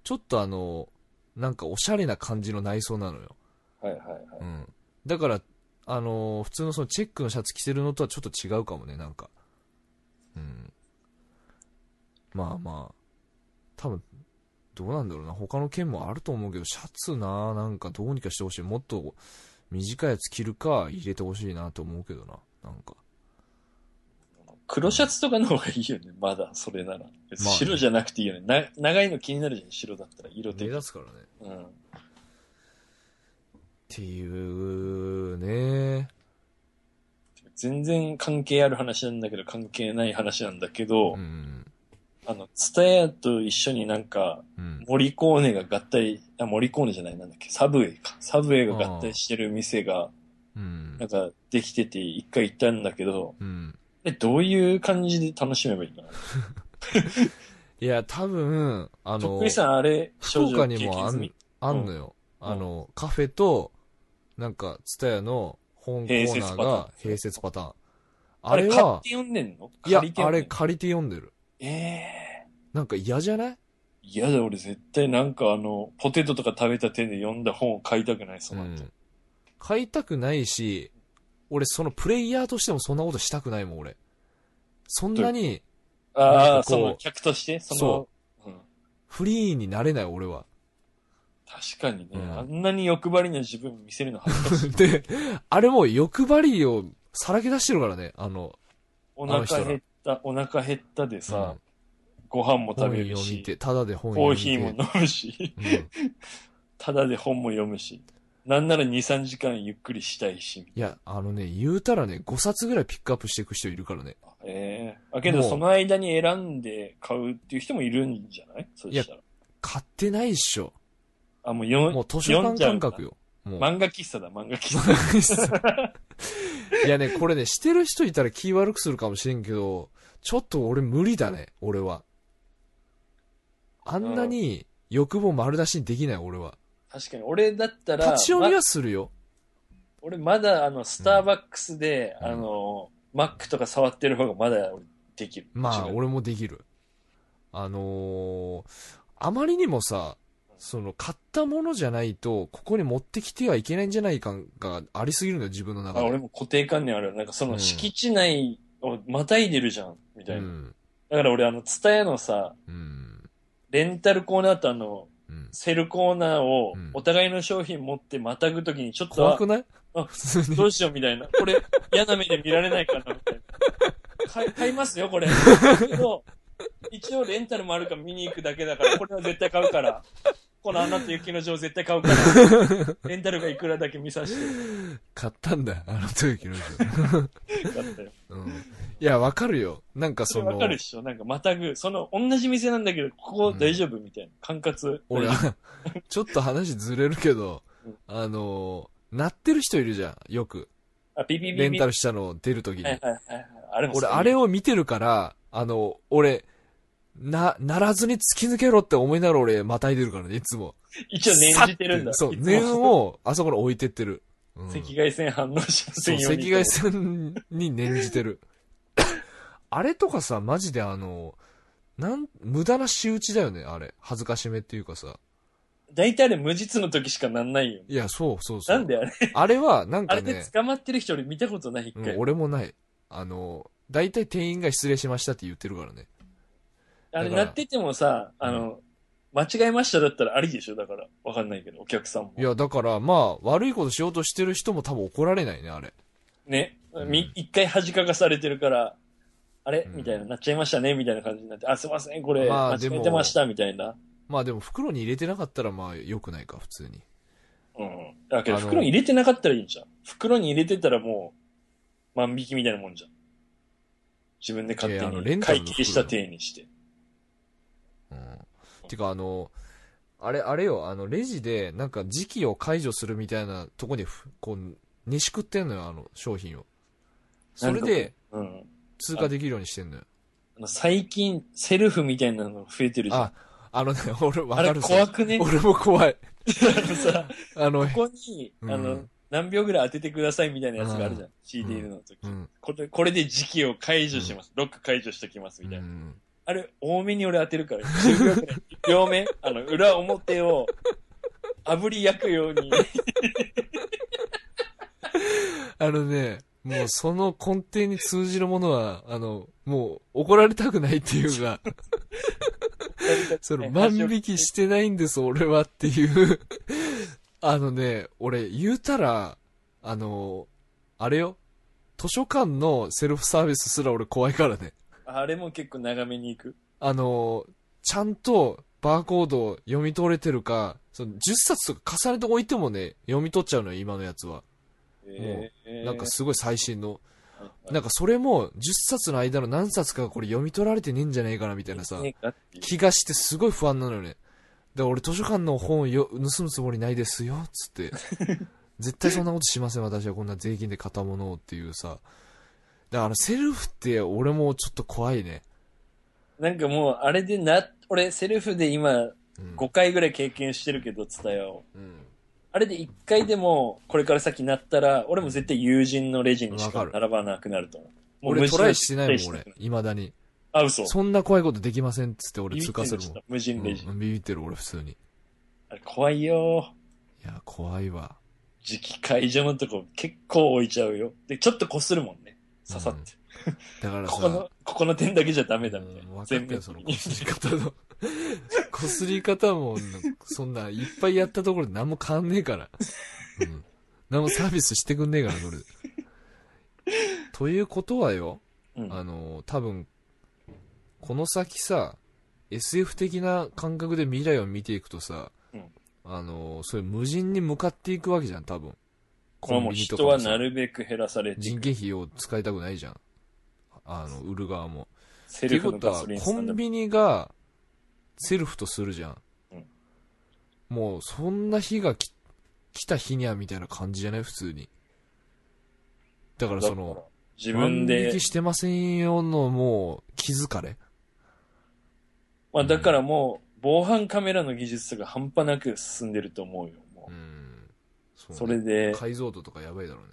Speaker 3: ちょっとあの、なんかおしゃれな感じの内装なのよ。
Speaker 4: はいはいはい。
Speaker 3: うん。だから、あのー普通のそのチェックのシャツ着せるのとはちょっと違うかもね、なんか。うん。まあまあ。多分、どうなんだろうな。他の県もあると思うけど、シャツな、なんかどうにかしてほしい。もっと短いやつ着るか入れてほしいなと思うけどな。なんか。
Speaker 4: 黒シャツとかの方がいいよね、まだ、それなら。別に
Speaker 3: まあね
Speaker 4: 白じゃなくていいよね。な長いの気になるじゃん、白だったら、色
Speaker 3: 目
Speaker 4: 的に。
Speaker 3: 立つからね。っ
Speaker 4: うん。
Speaker 3: ていうね。
Speaker 4: 全然関係ある話なんだけど、関係ない話なんだけど、
Speaker 3: うん。
Speaker 4: あの、ツタヤと一緒になんか、
Speaker 3: うん。
Speaker 4: モリコーネが合体、あ、モリコーネじゃない、なんだっけ、サブウェイか。サブウェイが合体してる店が、
Speaker 3: うん
Speaker 4: なん。か、できてて、一回行ったんだけど、
Speaker 3: うん。
Speaker 4: え、どういう感じで楽しめばいいのかな、
Speaker 3: いや、多分、あの
Speaker 4: 徳井、さん、あれ、
Speaker 3: 福岡に
Speaker 4: 経
Speaker 3: も
Speaker 4: 験
Speaker 3: あ
Speaker 4: 済
Speaker 3: ん
Speaker 4: み
Speaker 3: あんのよ、
Speaker 4: うん
Speaker 3: あのカフェとなんか蔦屋の本コーナーが併
Speaker 4: 併
Speaker 3: 設
Speaker 4: 設
Speaker 3: パターン
Speaker 4: あ
Speaker 3: あ
Speaker 4: れ、
Speaker 3: れ
Speaker 4: 買っ
Speaker 3: は
Speaker 4: て読んでんの
Speaker 3: いや
Speaker 4: 借りて
Speaker 3: あ
Speaker 4: 読んで
Speaker 3: れ
Speaker 4: んの
Speaker 3: 借りて読んでる
Speaker 4: ええ
Speaker 3: なんか嫌じゃない
Speaker 4: いやだ、俺絶対なんかあの、ポテトとか食べた手で読んだ本を買いたくない、その後。
Speaker 3: うん買いたくないし俺そのプレイヤーとしてもそんなことしたくないもん俺そんなに
Speaker 4: あ
Speaker 3: なん
Speaker 4: あ、
Speaker 3: かこ
Speaker 4: そうの客としてその、
Speaker 3: そう
Speaker 4: ん。
Speaker 3: フリーになれない俺は
Speaker 4: 確かにね、
Speaker 3: うん
Speaker 4: あんなに欲張りな自分見せるの恥ずかしい。
Speaker 3: であれもう欲張りをさらけ出してるからねあの
Speaker 4: お
Speaker 3: あの人
Speaker 4: 腹
Speaker 3: ら
Speaker 4: 減った、お腹減ったで
Speaker 3: うん
Speaker 4: さ、ご飯も
Speaker 3: 本
Speaker 4: 食べる
Speaker 3: 読み
Speaker 4: し、
Speaker 3: てただで本
Speaker 4: コー
Speaker 3: 読み
Speaker 4: ヒ
Speaker 3: て
Speaker 4: ーも飲むし、
Speaker 3: うん
Speaker 4: ただで本も読むし、なんなら2、3時間ゆっくりしたいし。
Speaker 3: いや、あのね、言うたらね、5冊ぐらいピックアップしていく人いるからね。
Speaker 4: ええあ、けど
Speaker 3: もう
Speaker 4: その間に選んで買うっていう人もいるんじゃないそしたら。
Speaker 3: 買ってないっしょ。
Speaker 4: あ、もう読
Speaker 3: もう図書館感覚よ。もう。
Speaker 4: 漫画喫茶だ、漫画喫茶。
Speaker 3: いやね、これね、してる人いたら気悪くするかもしれんけど、ちょっと俺無理だね、俺は。あんなに欲望丸出しにできない、俺は。
Speaker 4: 確かに、俺だったら、
Speaker 3: 立ち読み
Speaker 4: ま
Speaker 3: はするよ。
Speaker 4: 俺まだ、あの、スターバックスで、
Speaker 3: うん
Speaker 4: あの、マックとか触ってる方がまだ俺できる。
Speaker 3: まあ、
Speaker 4: 自分
Speaker 3: 俺もできる。あのーあまりにもさ、その、買ったものじゃないと、ここに持ってきてはいけないんじゃない感がありすぎるのよ、自分の中
Speaker 4: あ
Speaker 3: で。
Speaker 4: 俺も固定観念ある。なんかそうの
Speaker 3: ん
Speaker 4: 敷地内をまたいでるじゃん、みたいな。
Speaker 3: うん。
Speaker 4: だから俺、あの、ツタヤのさ、
Speaker 3: うん。
Speaker 4: レンタルコーナーとあの、
Speaker 3: うん。
Speaker 4: セルコーナーを
Speaker 3: うん
Speaker 4: お互いの商品持ってまたぐときにちょっと、
Speaker 3: 怖
Speaker 4: あ
Speaker 3: くない
Speaker 4: あ
Speaker 3: 普通に
Speaker 4: ど。うしようみたいな。これ、嫌な目で見られないかなみたいな。買い買いますよ、これ。けど一応レンタルもあるから見に行くだけだから、これは絶対買うから。このアナと雪の女王絶対買うから。レンタルがいくらだけ見させて
Speaker 3: 買ったんだよ、あの時の人。
Speaker 4: だったよ。
Speaker 3: うん。いや、わかるよ。なんか
Speaker 4: そ
Speaker 3: そ
Speaker 4: れ
Speaker 3: の、
Speaker 4: わかるでしょなんかまたぐ、その同じ店なんだけど、ここ大丈夫みたいな。管轄。
Speaker 3: 俺、ちょっと話ずれるけど
Speaker 4: うん、
Speaker 3: あのー、鳴ってる人いるじゃん、よく。
Speaker 4: あ、ビビビビ。
Speaker 3: レンタルしたのを出るときに
Speaker 4: は。いはいはいはい。あれも
Speaker 3: 俺、あれ
Speaker 4: を。
Speaker 3: を見てるから、あの、俺、な、ならずに突き抜けろって思いながら俺、またいでるからね、いつも。
Speaker 4: 一応念じてるんだ。
Speaker 3: さってそう、
Speaker 4: いつも
Speaker 3: 念を、あそこに置いてってる。うん
Speaker 4: 赤外線反応しま
Speaker 3: そ
Speaker 4: せ
Speaker 3: う、
Speaker 4: んよ
Speaker 3: 赤
Speaker 4: うに。
Speaker 3: 外線に念じてる。 あれとかさ、マジであの、なん、無駄な仕打ちだよね、あれ。恥ずかしめっていうかさ。
Speaker 4: 大体あれ無実の時しかなんないよ。
Speaker 3: いや、そうそうそう。
Speaker 4: なんであれ、
Speaker 3: あれは、なん
Speaker 4: あ
Speaker 3: か
Speaker 4: れで
Speaker 3: ね、
Speaker 4: 捕まってる人俺見たことない、一
Speaker 3: う
Speaker 4: 回。
Speaker 3: ん、俺もない。あの、大体店員が失礼しましたって言ってるからね。
Speaker 4: あれ
Speaker 3: だから
Speaker 4: なっててもさ、あの、間違えましただったらありでしょだから、わかんないけど、お客さんも。
Speaker 3: いや、だから、まあ、悪いことしようとしてる人も多分怒られないね、あれ。
Speaker 4: ね
Speaker 3: うん。
Speaker 4: み一回恥かかされてるから、あれ
Speaker 3: うん
Speaker 4: みたいな、なっちゃいましたねみたいな感じになって、あ、すいません、これ、
Speaker 3: まあ
Speaker 4: 間違えてました、みたいな。
Speaker 3: まあでも、袋に入れてなかったら、まあ、良くないか、普通に。
Speaker 4: うん。だけど、
Speaker 3: あの
Speaker 4: 袋に入れてなかったらいいんじゃん。袋に入れてたらもう、万引きみたいなもんじゃん。自分で勝
Speaker 3: いやあの
Speaker 4: 手
Speaker 3: レン
Speaker 4: に
Speaker 3: タル
Speaker 4: 会
Speaker 3: の袋
Speaker 4: 計した体にして。
Speaker 3: うん。てか、あの、あれ、あれよ、あの、レジで、なんか、時期を解除するみたいなとこにふ、こう、寝しくってんのよ、あの、商品を。それで、
Speaker 4: うん。
Speaker 3: 通過できるようにしてんのよ。
Speaker 4: あの最近、セルフみたいなの増えてるじゃん。
Speaker 3: あ、あのね、 俺、わか
Speaker 4: あれ
Speaker 3: る
Speaker 4: 怖
Speaker 3: さ。
Speaker 4: くね
Speaker 3: 俺も怖い。
Speaker 4: あのさ、
Speaker 3: あの、
Speaker 4: ここに、
Speaker 3: うん
Speaker 4: あの、何秒ぐらい当ててくださいみたいなやつがあるじゃん。CDL の時、
Speaker 3: うん。
Speaker 4: これ。これで時期を解除します。ロック解除しときます。みたいな。
Speaker 3: うん
Speaker 4: あれ、多めに俺当てるから。10秒ぐらい。両面あの、裏表 を、炙り焼くように。
Speaker 3: あのね、もうその根底に通じるものは、あの、もう怒られたくないっていうか、 その万引きしてないんです、俺はっていう。 あのね、俺言うたら、あの、あれよ、図書館のセルフサービスすら俺怖いからね。
Speaker 4: あれも結構長めに行く。
Speaker 3: あの、ちゃんとバーコード読み取れてるか、その10冊とか重ねておいてもね、読み取っちゃうのよ、今のやつは。
Speaker 4: えー
Speaker 3: なんかすごい最新の。
Speaker 4: はい
Speaker 3: なんかそれも10冊の間の何冊かがこれ読み取られてねえんじゃねえかなみたいなさ、
Speaker 4: ねえかっていう
Speaker 3: 気がしてすごい不安なのよね。だから俺図書館の本をよ盗むつもりないですよ、つ って。絶対そんなことしません、私はこんな税金で買ったものをっていうさ。だからセルフって俺もちょっと怖いね。
Speaker 4: なんかもう、あれでな、俺、セルフで今、
Speaker 3: うん。
Speaker 4: 5回ぐらい経験してるけど、ツタヤを。
Speaker 3: うん
Speaker 4: あれで1回でも、これから先なったら、俺も絶対友人のレジにし
Speaker 3: わ
Speaker 4: か
Speaker 3: かる
Speaker 4: 並ばなくなると思う。もう無
Speaker 3: 俺
Speaker 4: 人
Speaker 3: トライしてないもん、
Speaker 4: トライ
Speaker 3: 俺
Speaker 4: し。
Speaker 3: 未だに。
Speaker 4: あ、嘘。
Speaker 3: そんな怖いことできません、つって俺
Speaker 4: ビビ
Speaker 3: 通
Speaker 4: って
Speaker 3: 過
Speaker 4: ん
Speaker 3: す
Speaker 4: の
Speaker 3: る
Speaker 4: ちょ
Speaker 3: も
Speaker 4: っ
Speaker 3: ん
Speaker 4: と。無人レジ。
Speaker 3: うんビビってる俺普通に。い
Speaker 4: あれ怖いよ
Speaker 3: や、怖いわ。
Speaker 4: 時期解除のとこ結構置いちゃうよ。で、ちょっと擦るもんね。刺さって。
Speaker 3: だからさ。
Speaker 4: ここの、ここの点だけじゃダメだみたい
Speaker 3: うん分
Speaker 4: な。
Speaker 3: かったよ、
Speaker 4: 面
Speaker 3: その
Speaker 4: 的
Speaker 3: こ
Speaker 4: に
Speaker 3: すり方の。 こすり方も、そんな、いっぱいやったところで何も変わんねえから。うん。何もサービスしてくんねえから、それ。ということはよ、
Speaker 4: うん
Speaker 3: あの、多分、この先さ、SF 的な感覚で未来を見ていくとさ、
Speaker 4: うん
Speaker 3: あの、そういう無人に向かっていくわけじゃん、多分。
Speaker 4: これはもう人
Speaker 3: も
Speaker 4: は
Speaker 3: さ
Speaker 4: なるべく減らされてい
Speaker 3: 人
Speaker 4: く、
Speaker 3: 件費を使いたくないじゃん。あの、売る側も。
Speaker 4: セ
Speaker 3: ってい
Speaker 4: ル
Speaker 3: うこ
Speaker 4: フの
Speaker 3: と
Speaker 4: ガ
Speaker 3: は
Speaker 4: ソリンス
Speaker 3: コ
Speaker 4: タンド
Speaker 3: ンビニがセルフとするじゃん、
Speaker 4: うん
Speaker 3: もうそんな日がき来た日にゃみたいな感じじゃない普通にだからそ
Speaker 4: だから
Speaker 3: の
Speaker 4: 自分
Speaker 3: 万引
Speaker 4: で
Speaker 3: き、してませんよのもう気づかれ
Speaker 4: まあだからもう、防犯カメラの技術が半端なく進んでると思うよ。も
Speaker 3: うんそうう
Speaker 4: そ
Speaker 3: ね
Speaker 4: れで、
Speaker 3: 解像度とかやばいだろうね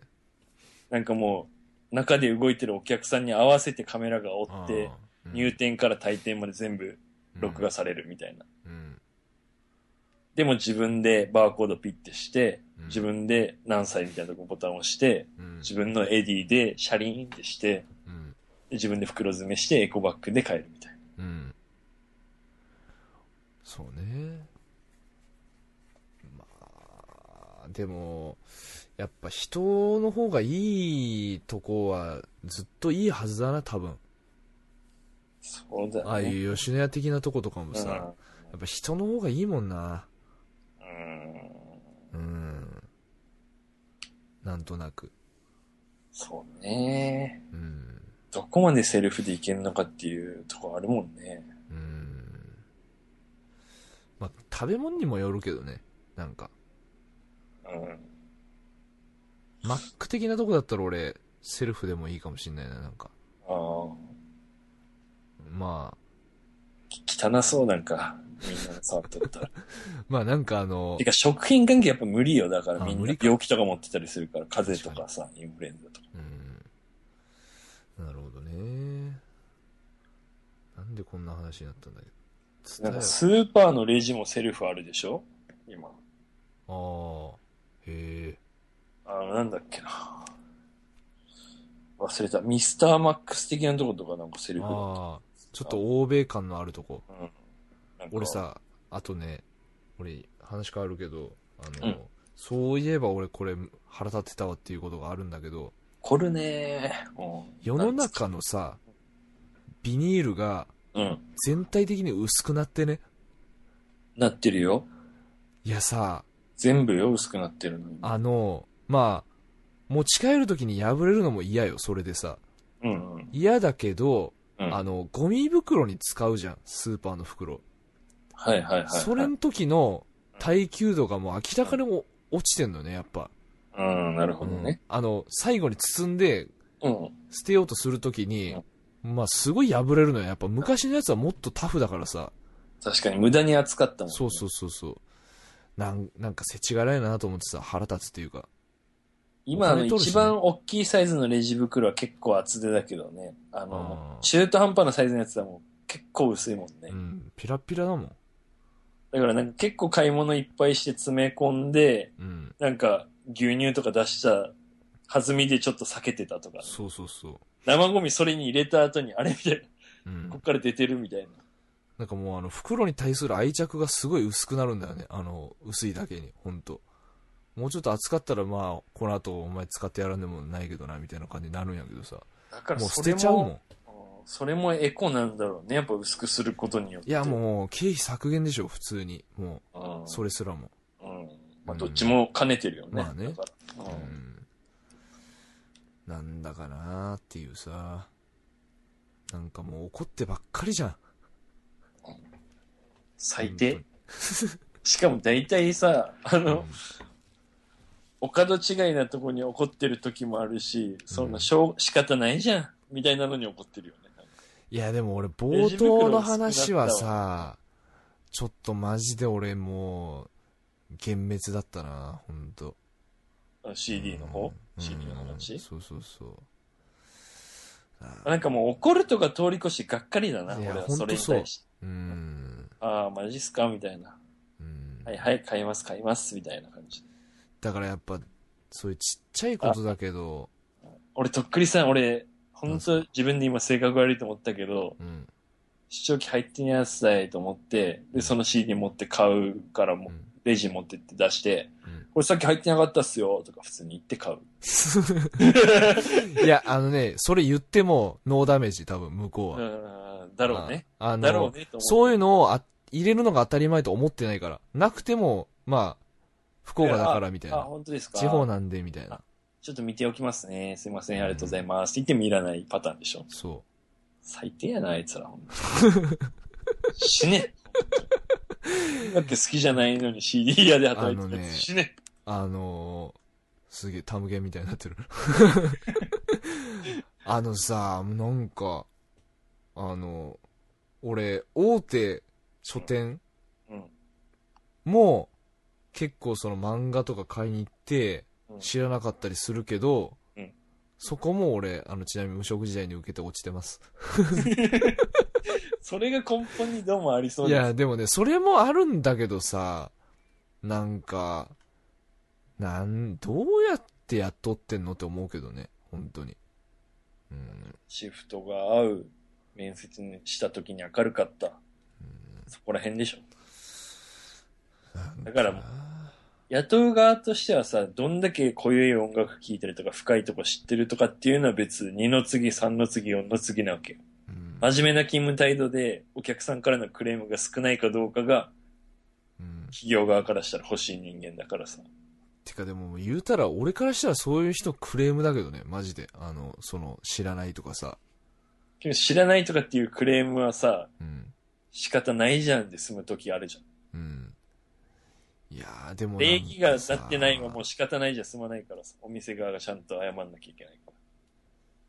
Speaker 4: なんかもう、中で動いてるお客さんに合わせてカメラが追って、
Speaker 3: あーうん
Speaker 4: 入店から退店まで全部録画されるみたいな。
Speaker 3: うん
Speaker 4: でも自分でバーコードピッてして、
Speaker 3: うん
Speaker 4: 自分で何歳みたいなとこボタンを押して、
Speaker 3: うん
Speaker 4: 自分のエディでシャリーンってして、
Speaker 3: うん
Speaker 4: で自分で袋詰めしてエコバッグで帰るみたいな。
Speaker 3: そうね。まあ、でも、やっぱ人の方がいいとこはずっといいはずだな、多分。
Speaker 4: そうだね。
Speaker 3: ああ
Speaker 4: う
Speaker 3: いう吉野家的なとことかも
Speaker 4: ん
Speaker 3: さ、やっぱ人の方がいいもんな。
Speaker 4: うん。
Speaker 3: うん。なんとなく。
Speaker 4: そうね。
Speaker 3: うん。
Speaker 4: どこまでセルフでいけるのかっていうとこあるもんね。
Speaker 3: うん。まあ、食べ物にもよるけどね。なんか、
Speaker 4: うん。
Speaker 3: マック的なとこだったら俺、セルフでもいいかもしんないな、なんか。
Speaker 4: ああ、汚
Speaker 3: ま
Speaker 4: そうなんか、みんな触っとっ たら。
Speaker 3: あ、まあなんかあの
Speaker 4: て、か食品関係やっぱ無理よ。だから
Speaker 3: あ
Speaker 4: みん
Speaker 3: 無
Speaker 4: な
Speaker 3: 理か
Speaker 4: 病気とか持ってたりするから、風邪とかさ、インフルエンザとか。
Speaker 3: うん。なるほどね。なんでこんな話になったんだけど。つ
Speaker 4: なんかスーパーのレジもセルフあるでしょ今。
Speaker 3: ああ、へえ。
Speaker 4: あの、なんだっけな。忘れた。ミスターマックス的なとことかなんかセルフだっ
Speaker 3: ああ、ちょっと欧米感のあるとこ。
Speaker 4: た。うん。なんか
Speaker 3: 俺。さ、あとね、俺、話変わるけど、あの、
Speaker 4: うん
Speaker 3: そういえば俺これ腹立ってたわっていうことがあるんだけど、
Speaker 4: 凝るねー。うん
Speaker 3: 世の中のさ、ビニールが
Speaker 4: うん。
Speaker 3: 全体的に薄くなってね。
Speaker 4: なってるよ。
Speaker 3: いやさ、
Speaker 4: 全部よ、薄くなってるのに。
Speaker 3: あの、まあ、持ち帰るときに破れるのも嫌よ、それでさ。
Speaker 4: うんうん。
Speaker 3: 嫌だけど、
Speaker 4: うん
Speaker 3: あの、ゴミ袋に使うじゃん、スーパーの袋。
Speaker 4: はいはいはいはい。
Speaker 3: それ
Speaker 4: う
Speaker 3: の時の耐久度がもう明らかにも落ちてんのよね、やっぱ。
Speaker 4: ん、なるほどね。
Speaker 3: あの、最後に包んで
Speaker 4: うん。
Speaker 3: 捨てようとする時に、まあ、すごい破れるのよ。やっぱ昔のやつはもっとタフだからさ。
Speaker 4: 確かに無駄に扱ったもん、ね。。
Speaker 3: そうそううそうそう。なん、なんか世知辛いなと思ってさ、腹立つっていうか。
Speaker 4: 今の
Speaker 3: お金取るしね
Speaker 4: 一番大きいサイズのレジ袋は結構厚手だけどね。あの
Speaker 3: あ、ー
Speaker 4: 中途半端なサイズのやつはもう結構薄いもんね。
Speaker 3: うん、ピラピラだもん。
Speaker 4: だからなんか結構買い物いっぱいして詰め込んで、
Speaker 3: うん。
Speaker 4: なんか牛乳とか出した弾みでちょっと避けてたとか、
Speaker 3: そうそうそ
Speaker 4: 生ゴミそれに入れた後にあれみたいな、
Speaker 3: う。うん
Speaker 4: こっ。から出てるみたいな。
Speaker 3: なんかもうあの、袋に対する愛着がすごい薄くなるんだよね。あの、薄いだけに、ほんと。もうちょっと暑かったら、まあ、この後お前使ってやらんでもないけどな、みたいな感じになるんやけどさ。
Speaker 4: だから
Speaker 3: もう捨
Speaker 4: そ
Speaker 3: て
Speaker 4: れも、
Speaker 3: ちゃうもん。
Speaker 4: うんそれもエコなんだろうね。やっぱ薄くすることによって。
Speaker 3: いや、もう、経費削減でしょ、普通に。も
Speaker 4: う
Speaker 3: う、
Speaker 4: ん、
Speaker 3: それすらも。
Speaker 4: うん。
Speaker 3: う
Speaker 4: まあ、
Speaker 3: ん
Speaker 4: どっちも兼ねてるよね。
Speaker 3: まあね
Speaker 4: だから
Speaker 3: う
Speaker 4: うん
Speaker 3: ん。なんだかなーっていうさ。なんかもう怒ってばっかりじゃん。
Speaker 4: 最低。 しかも大体さ、あ
Speaker 3: 本当に。
Speaker 4: の、お門違いなとこに怒ってる時もあるし、そんな、しょう、仕方ないじゃん。みたいなのに怒ってるよね。
Speaker 3: いや、でも俺、冒頭の話はさ、ちょっとマジで俺もう、幻滅だったな、ほんと。
Speaker 4: あの CD の方、
Speaker 3: うん
Speaker 4: ?CD の
Speaker 3: うん
Speaker 4: 話、
Speaker 3: そうそうそう。
Speaker 4: なんかもう怒るとか通り越してがっかりだな、
Speaker 3: い
Speaker 4: 俺
Speaker 3: や
Speaker 4: はそれに対して。
Speaker 3: うん。
Speaker 4: ああ、マジっすかみたいな。
Speaker 3: うん
Speaker 4: はいはい、買います、買います、みたいな感じ。
Speaker 3: だからやっぱ、そういうちっちゃいことだけど、
Speaker 4: 俺、とっくりさん、俺、ほん
Speaker 3: う
Speaker 4: と自分で今性格悪いと思ったけど、
Speaker 3: うん。
Speaker 4: 視聴器入ってんやつだいと思って、で、その CD 持って買うからも、
Speaker 3: うん
Speaker 4: レジ持ってって出して、
Speaker 3: うん
Speaker 4: これさっき入ってなかったっすよ、とか普通に言って買う。
Speaker 3: いや、あのね、それ言っても、ノーダメージ、多分、向こ
Speaker 4: う
Speaker 3: うは。
Speaker 4: ーん、だろうね。
Speaker 3: あ。あの、
Speaker 4: だろうね、と思って。
Speaker 3: そういう
Speaker 4: の
Speaker 3: のをあ入れるのが当たり前と思ってないから。なくても、まあ、福岡だからみたい
Speaker 4: あ、
Speaker 3: な。
Speaker 4: 本当ですか
Speaker 3: 地方なんで、みたいな。
Speaker 4: ちょっと見ておきますね。すいません、ありがとうございます。って言って見らないパターンでしょ。
Speaker 3: そ
Speaker 4: 最低やな、あいつら、ほん と死ね。だって好きじゃないのに CD 屋で働いて
Speaker 3: あの
Speaker 4: るやつ、
Speaker 3: ね
Speaker 4: 死ね。
Speaker 3: う。あのー、すげえ、タムゲンみたいになっ てる。あのさ、なんか、あの、俺、大手書店
Speaker 4: うん。
Speaker 3: も、結構その漫画とか買いに行って、
Speaker 4: うん
Speaker 3: 知らなかったりするけど、
Speaker 4: うん
Speaker 3: そこも俺、あの、ちなみに無職時代に受けて落ちてます。
Speaker 4: それが根本にどうもありそう
Speaker 3: い
Speaker 4: です。
Speaker 3: や、でもね、それもあるんだけどさ、なんか、なん、どうやって雇ってんのって思うけどね、本当に。うん、
Speaker 4: シフトが合う面接にした時に明るかった。そこら辺でしょ。だからもう雇う側としてはさ、どんだけ濃ゆい音楽聴いたりとか、深いとこ知ってるとかっていうのは別、二の次、三の次、四の次なわけよ。
Speaker 3: うん
Speaker 4: 真面目な勤務態度で、お客さんからのクレームが少ないかどうかが、
Speaker 3: うん
Speaker 4: 企業側からしたら欲しい人間だからさ。
Speaker 3: てかでも言うたら俺からしたらそういう人クレームだけどねマジであのその知らないとかさ、
Speaker 4: けど知らないとかっていうクレームはさ、
Speaker 3: うん
Speaker 4: 仕方ないじゃんで済む時あるじゃ
Speaker 3: うん、いやーでも
Speaker 4: ん。
Speaker 3: なんかさ
Speaker 4: 礼儀が立ってないはもう仕方ないじゃ済まないからさ、お店側がちゃんと謝んなきゃいけないか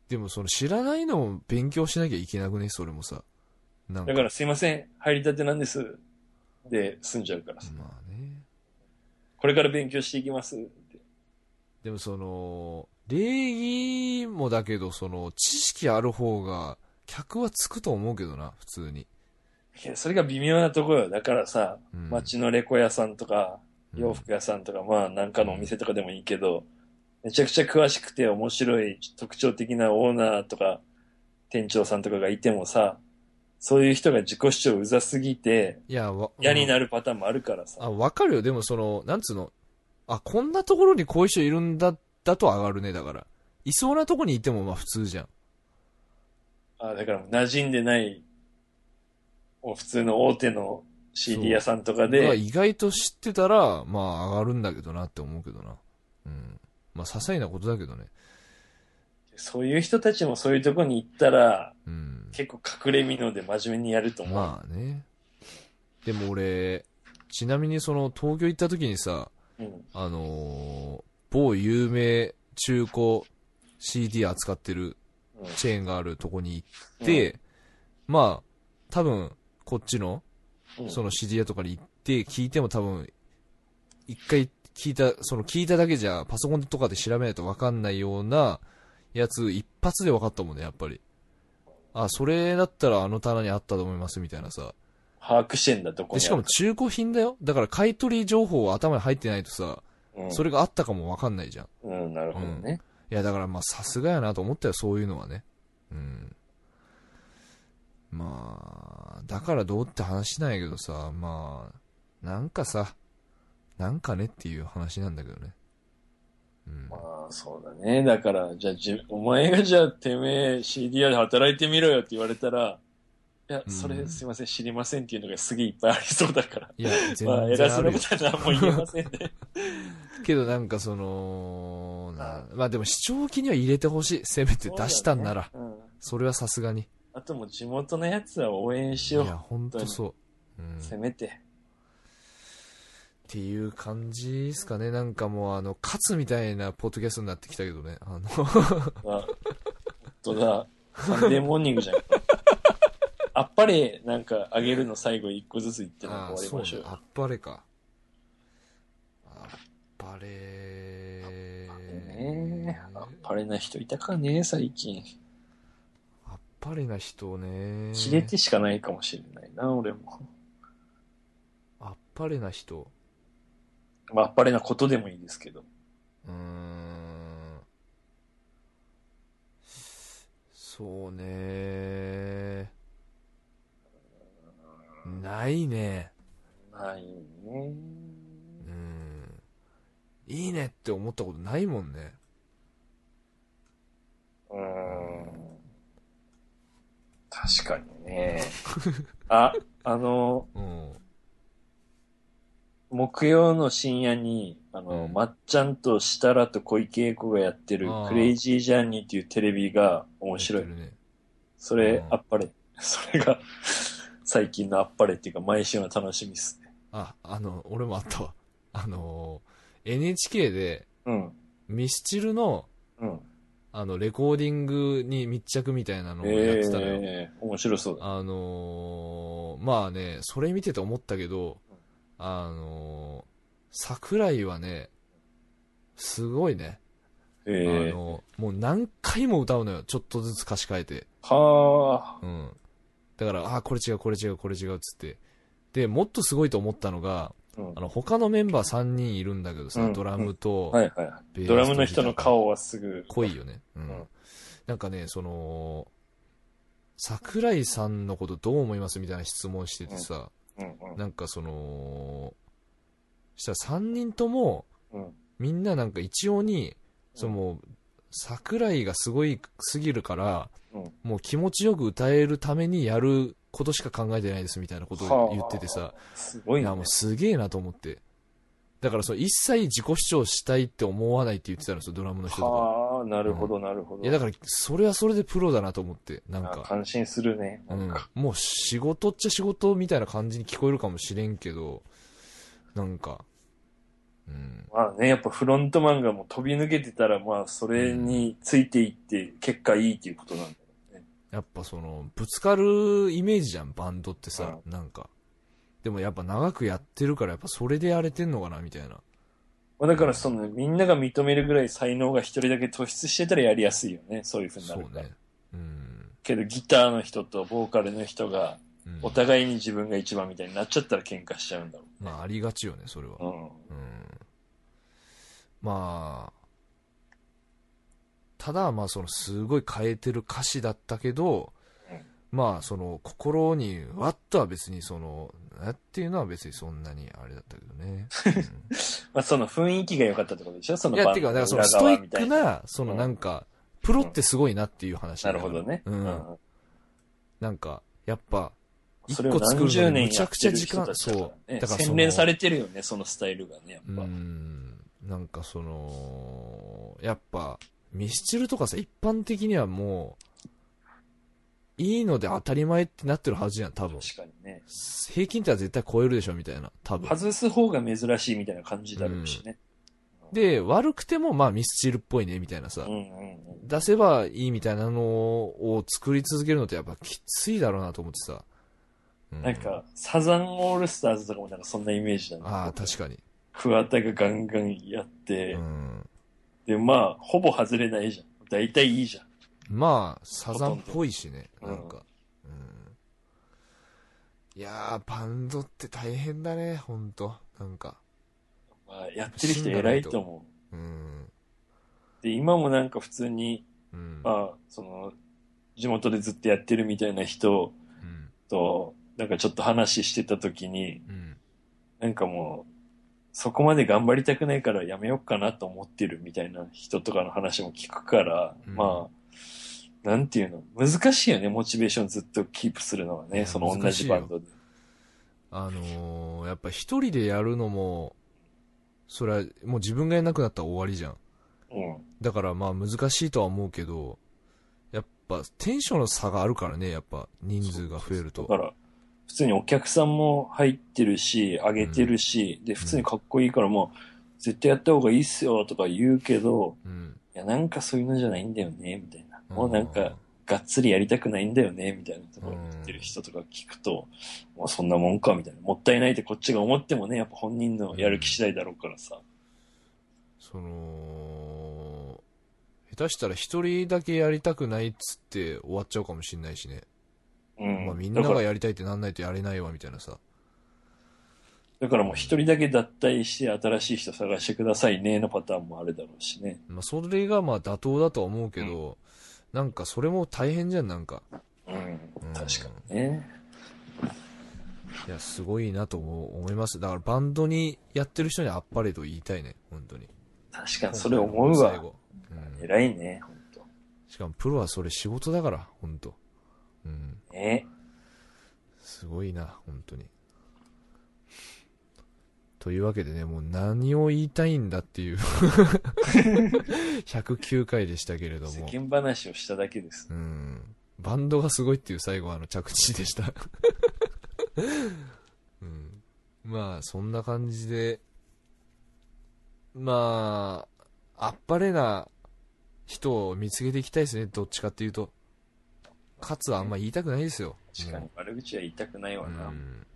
Speaker 3: でもその知らないのを勉強しなきゃいけなくねそれもさなん
Speaker 4: ら。
Speaker 3: か
Speaker 4: だからすいません、入りたてなんです。で、済んじゃうからさ。
Speaker 3: まあね
Speaker 4: これから勉強していきますって。
Speaker 3: でもその礼儀もだけどその知識ある方が客はつくと思うけどな普通に、
Speaker 4: いやそれが微妙なところよ。だからさ、
Speaker 3: うん、
Speaker 4: 街のレコ屋さんとか、
Speaker 3: うん
Speaker 4: 洋服屋さんとか、まあなんかのお店とかでもいいけど、めちゃくちゃ詳しくて面白い特徴的なオーナーとか店長さんとかがいてもさ、そういう人が自己主張うざすぎて
Speaker 3: いやわ
Speaker 4: 嫌に
Speaker 3: る
Speaker 4: なるパターンもあるからさ。
Speaker 3: あわかるよでもそのなんつうのあこんなところにこういう人いるんだだと上がるねだからいそうなとこにいてもまあ普通じゃん
Speaker 4: あだから馴染んでない、お普通の大手の CD 屋さんと
Speaker 3: だ
Speaker 4: か
Speaker 3: から
Speaker 4: で、
Speaker 3: 意外と知ってたらまあ上がるんだけどなって思うけどなうんまあ些細なことだけどね
Speaker 4: そういう人たちもそういうとこに行ったら、
Speaker 3: うん
Speaker 4: 結構隠れ身ので真面目にやると思う。
Speaker 3: まあねでも俺ちなみにその東京行った時にさ
Speaker 4: うん。
Speaker 3: あのー某有名中古 CD 扱ってる
Speaker 4: うん
Speaker 3: チェーンがあるとこに行って、まあ多分こっちの
Speaker 4: うん
Speaker 3: その CD 屋とかに行って聞いても多分一回聞いたその聞いただけじゃパソコンとかで調べないと分かんないようなやつ一発で分かったもんねやっぱりあそれだったらあの棚にあったと思いますみたいなさ
Speaker 4: 把握してんだ、どこ
Speaker 3: で
Speaker 4: に。
Speaker 3: しかも、中古品だよだから買い取り情報は頭に入ってないとさ
Speaker 4: うん、
Speaker 3: それがあったかも分かんないじゃん
Speaker 4: うん、なるほどね。
Speaker 3: いや、だからまあ、さすがやなと思ったよ、そういうのはね。うん。まあ、だからどうって話なんやけどさ、まあ、なんかさ、なんかねっていう話なんだけどね。うん。
Speaker 4: まあ、そうだね。だから、じゃあ、じお前がじゃあ、てめえ CDR で働いてみろよって言われたら、いや、
Speaker 3: うん
Speaker 4: それすいません、知りませんっていうのがすげえいっぱいありそうだから。
Speaker 3: いや、全
Speaker 4: まあ、偉
Speaker 3: 然
Speaker 4: そ
Speaker 3: あ
Speaker 4: うな
Speaker 3: る
Speaker 4: こ
Speaker 3: よ。
Speaker 4: とは何も言え ませんね。
Speaker 3: けどなんかその、なまあでも視聴器には入れてほしい。せめて出したんなら。
Speaker 4: うん。
Speaker 3: それはさすがに。
Speaker 4: あともう地元のやつは応援
Speaker 3: い
Speaker 4: しよ
Speaker 3: や、
Speaker 4: う。
Speaker 3: ほんとそう。うん
Speaker 4: せめて。
Speaker 3: っていう感じですかね。なんかもう、あの、勝つみたいなポッドキャストになってきたけどね。あの、
Speaker 4: まあ、本当だ。サンデーモーニン グじゃん。あっぱれ、なんか、あげるの最後一個ずつ言ってなん
Speaker 3: あ
Speaker 4: か
Speaker 3: あ
Speaker 4: 終わりましょ
Speaker 3: そう
Speaker 4: う
Speaker 3: ね。あっぱれかあっぱれ
Speaker 4: ねえ、あっぱれな人いたかね、最近。
Speaker 3: あっぱれな人ね
Speaker 4: 切れてしかないかもしれないな、俺も。
Speaker 3: あっぱれな人
Speaker 4: まあ、あっぱれなことでもいいですけど。
Speaker 3: うーんそうねないね
Speaker 4: ないね。
Speaker 3: うんいいねって思ったことないもんね
Speaker 4: うーん。確かに ね。あ、あの、
Speaker 3: うん
Speaker 4: 木曜の深夜に、あの、
Speaker 3: うん
Speaker 4: まっちゃんと設楽と小池栄子がやってる
Speaker 3: あー
Speaker 4: クレイジージャーニーっていうテレビが面白い
Speaker 3: やっ。てるね
Speaker 4: それ
Speaker 3: う、ん
Speaker 4: あっぱれ。 それが、最近のあっぱれっていうか、毎週の楽しみっすね。
Speaker 3: ああの俺もあったわあの NHK で
Speaker 4: うん。
Speaker 3: ミスチルの
Speaker 4: うん。
Speaker 3: あのレコーディングに密着みたいなのをやってたのよ、
Speaker 4: ええ面白そうだ。
Speaker 3: あのーまあねそれ見てて思ったけどあのー桜井はねすごいね、
Speaker 4: ええ
Speaker 3: あのもう何回も歌うのよちょっとずつ歌詞変えて、
Speaker 4: はあ。
Speaker 3: うん、だからあこれ違うこれ違うこれ違うっつってでもっとすごいと思ったのが
Speaker 4: うん
Speaker 3: あの他のメンバー3人いるんだけどさ、
Speaker 4: うん
Speaker 3: ドラムと、
Speaker 4: はいはい。
Speaker 3: ベースと
Speaker 4: ドラムの人の顔はすぐ。
Speaker 3: 濃いよね。うん。
Speaker 4: うん
Speaker 3: なんかね、その、桜井さんのことどう思いますみたいな質問しててさ、
Speaker 4: うんうん。
Speaker 3: なんかその、したら3人とも、
Speaker 4: うん
Speaker 3: みんななんか一様に、その、桜井がすごいすぎるから、
Speaker 4: うん
Speaker 3: もう気持ちよく歌えるためにやることしか考えてないですみたいなことを言っててさ、
Speaker 4: すごい
Speaker 3: い
Speaker 4: な、
Speaker 3: やもうすげえなと思って。だからそう、一切自己主張したいって思わないって言ってたんですよ、ドラムの人とか。
Speaker 4: はあ、なるほど、なるほど。
Speaker 3: いや、だから、それはそれでプロだなと思って、なん
Speaker 4: あ
Speaker 3: か。
Speaker 4: 感心するね。
Speaker 3: うん、もう仕事っちゃ仕事みたいな感じに聞こえるかもしれんけど、なんか、うん、
Speaker 4: まあね、やっぱフロントマンがもう飛び抜けてたら、まあそれについていって、結果いいっていうことなんだよね。
Speaker 3: やっぱその、ぶつかるイメージじゃん、バンドってさ、なんか。でもやっぱ長くやってるから、やっぱそれでやれてんのかな、みたいな。
Speaker 4: まあ、だからその、みんなが認めるぐらい才能が一人だけ突出してたらやりやすいよね。そういうふうにな
Speaker 3: そ
Speaker 4: る
Speaker 3: う
Speaker 4: から。
Speaker 3: ね。うん。
Speaker 4: けどギターの人とボーカルの人が、
Speaker 3: うん
Speaker 4: お互いに自分が一番みたいになっちゃったら喧嘩しちゃうんだろ
Speaker 3: まあ、ありがちよね、それは。
Speaker 4: う。うん。
Speaker 3: うんまあ、ただ、まあ、その、すごい変えてる歌詞だったけど、まあ、その、心に、わっとは別に、その、なっていうのは別にそんなにあれだったけど ね。うん
Speaker 4: まあその雰囲気が良かったってことでしょその
Speaker 3: いや、
Speaker 4: バ
Speaker 3: て
Speaker 4: ン
Speaker 3: か、
Speaker 4: ド
Speaker 3: だか
Speaker 4: の
Speaker 3: らその、
Speaker 4: 裏
Speaker 3: ストイ
Speaker 4: 側み
Speaker 3: ッ
Speaker 4: た
Speaker 3: ク
Speaker 4: いな。
Speaker 3: な、その、なんか、プロってすごいなっていう話
Speaker 4: な
Speaker 3: だ
Speaker 4: る
Speaker 3: から
Speaker 4: ほどね。
Speaker 3: うん
Speaker 4: うん
Speaker 3: なんか、やっぱ、一
Speaker 4: それ
Speaker 3: 個
Speaker 4: を
Speaker 3: 作
Speaker 4: 何
Speaker 3: るの
Speaker 4: 十
Speaker 3: にむ
Speaker 4: 年
Speaker 3: ち
Speaker 4: や
Speaker 3: ゃ
Speaker 4: っ
Speaker 3: くち
Speaker 4: て
Speaker 3: ゃ
Speaker 4: る
Speaker 3: 時
Speaker 4: 人
Speaker 3: 間、
Speaker 4: たちだ
Speaker 3: そ
Speaker 4: か
Speaker 3: う。
Speaker 4: らね。
Speaker 3: だからそ
Speaker 4: 洗
Speaker 3: の
Speaker 4: 練されてるよね、そのスタイルがね、やっ
Speaker 3: う
Speaker 4: ぱ。
Speaker 3: んなんかそのやっぱミスチルとかさ一般的にはもういいので当たり前ってなってるはずじゃん多分
Speaker 4: 確かにね。
Speaker 3: 平均点は絶対超えるでしょみたいな多分
Speaker 4: 外す方が珍しいみたいな感じだろうしね。
Speaker 3: で悪くてもまあミスチルっぽいねみたいなさ
Speaker 4: うんうんうん。
Speaker 3: 出せばいいみたいなのを作り続けるのってやっぱきついだろうなと思ってさ、う
Speaker 4: なんか、サザンオールスターズとかもなんかそんなイメージだね。
Speaker 3: ああ確かに
Speaker 4: 桑田がガンガンやって、
Speaker 3: うん
Speaker 4: で、まあ、ほぼ外れないじゃん。大体いいじゃん。
Speaker 3: まあ、サザンっぽいしね、
Speaker 4: ほ
Speaker 3: な
Speaker 4: と
Speaker 3: ん
Speaker 4: んど
Speaker 3: か。うん、いやー、バンドって大変だね、ほんと。なんか。
Speaker 4: まあ、やってる人偉いと思う。
Speaker 3: うん。
Speaker 4: で、今もなんか普通に、
Speaker 3: うん。
Speaker 4: まあ、その、地元でずっとやってるみたいな人
Speaker 3: うん。
Speaker 4: と、なんかちょっと話してた時に、
Speaker 3: うん。
Speaker 4: なんかもう、そこまで頑張りたくないからやめようかなと思ってるみたいな人とかの話も聞くから、
Speaker 3: うん
Speaker 4: まあ、なんていうの、難しいよね、モチベーションずっとキープするのはね、
Speaker 3: や
Speaker 4: その同じバンドで。
Speaker 3: あのー、やっぱ一人でやるのも、それは、もう自分がいなくなったら終わりじゃん。
Speaker 4: うん。
Speaker 3: だからまあ難しいとは思うけど、やっぱテンションの差があるからね、やっぱ人数が増えると。
Speaker 4: だから、普通にお客さんも入ってるし、上げてるし、で、普通にかっこいいからもう、絶対やった方がいいっすよとか言うけど、
Speaker 3: うん。
Speaker 4: いや、なんかそういうのじゃないんだよね、みたいな。もうなん
Speaker 3: う
Speaker 4: か、がっつりやりたくないんだよね、みたいなところ言ってる人とか聞くと、もうそんなもんか、みたいな。もったいないってこっちが思ってもね、やっぱ本人のやる気次第だろうからさ。
Speaker 3: その、下手したら一人だけやりたくないっつって終わっちゃうかもしんないしね。
Speaker 4: うん。
Speaker 3: まあみんな
Speaker 4: だか
Speaker 3: が
Speaker 4: ら、
Speaker 3: やりたいってなんないとやれないわみたいなさ。
Speaker 4: だからもう一人だけ脱退して新しい人探してくださいね、のパターンもあるだろうしね。
Speaker 3: まあそれがまあ妥当だとは思うけど、なんかそれも大変じゃん、なんか。
Speaker 4: うん
Speaker 3: うん。
Speaker 4: 確かにね。
Speaker 3: いや、すごいなと思う思います。だからバンドにやってる人にあっぱれと言いたいね、本当に。
Speaker 4: 確かに、それ思う
Speaker 3: 最
Speaker 4: わ。
Speaker 3: 後うん
Speaker 4: 偉いね、本
Speaker 3: しかもプロはそれ仕事だから、本当うん。
Speaker 4: 当ね。
Speaker 3: すごいな、本当に。というわけでね、もう何を言いたいんだっていう、109回でしたけれど
Speaker 4: 世
Speaker 3: も、
Speaker 4: 間話をしただけです。
Speaker 3: うん。バンドがすごいっていう最後はあの着地でした、うん。まあ、そんな感じで、まあ、あっぱれな人を見つけていきたいですね、どっちかっていうと。かつはあんま言いたくないですよ。
Speaker 4: 確か
Speaker 3: もう
Speaker 4: に、悪口は言いたくないわな。
Speaker 3: うん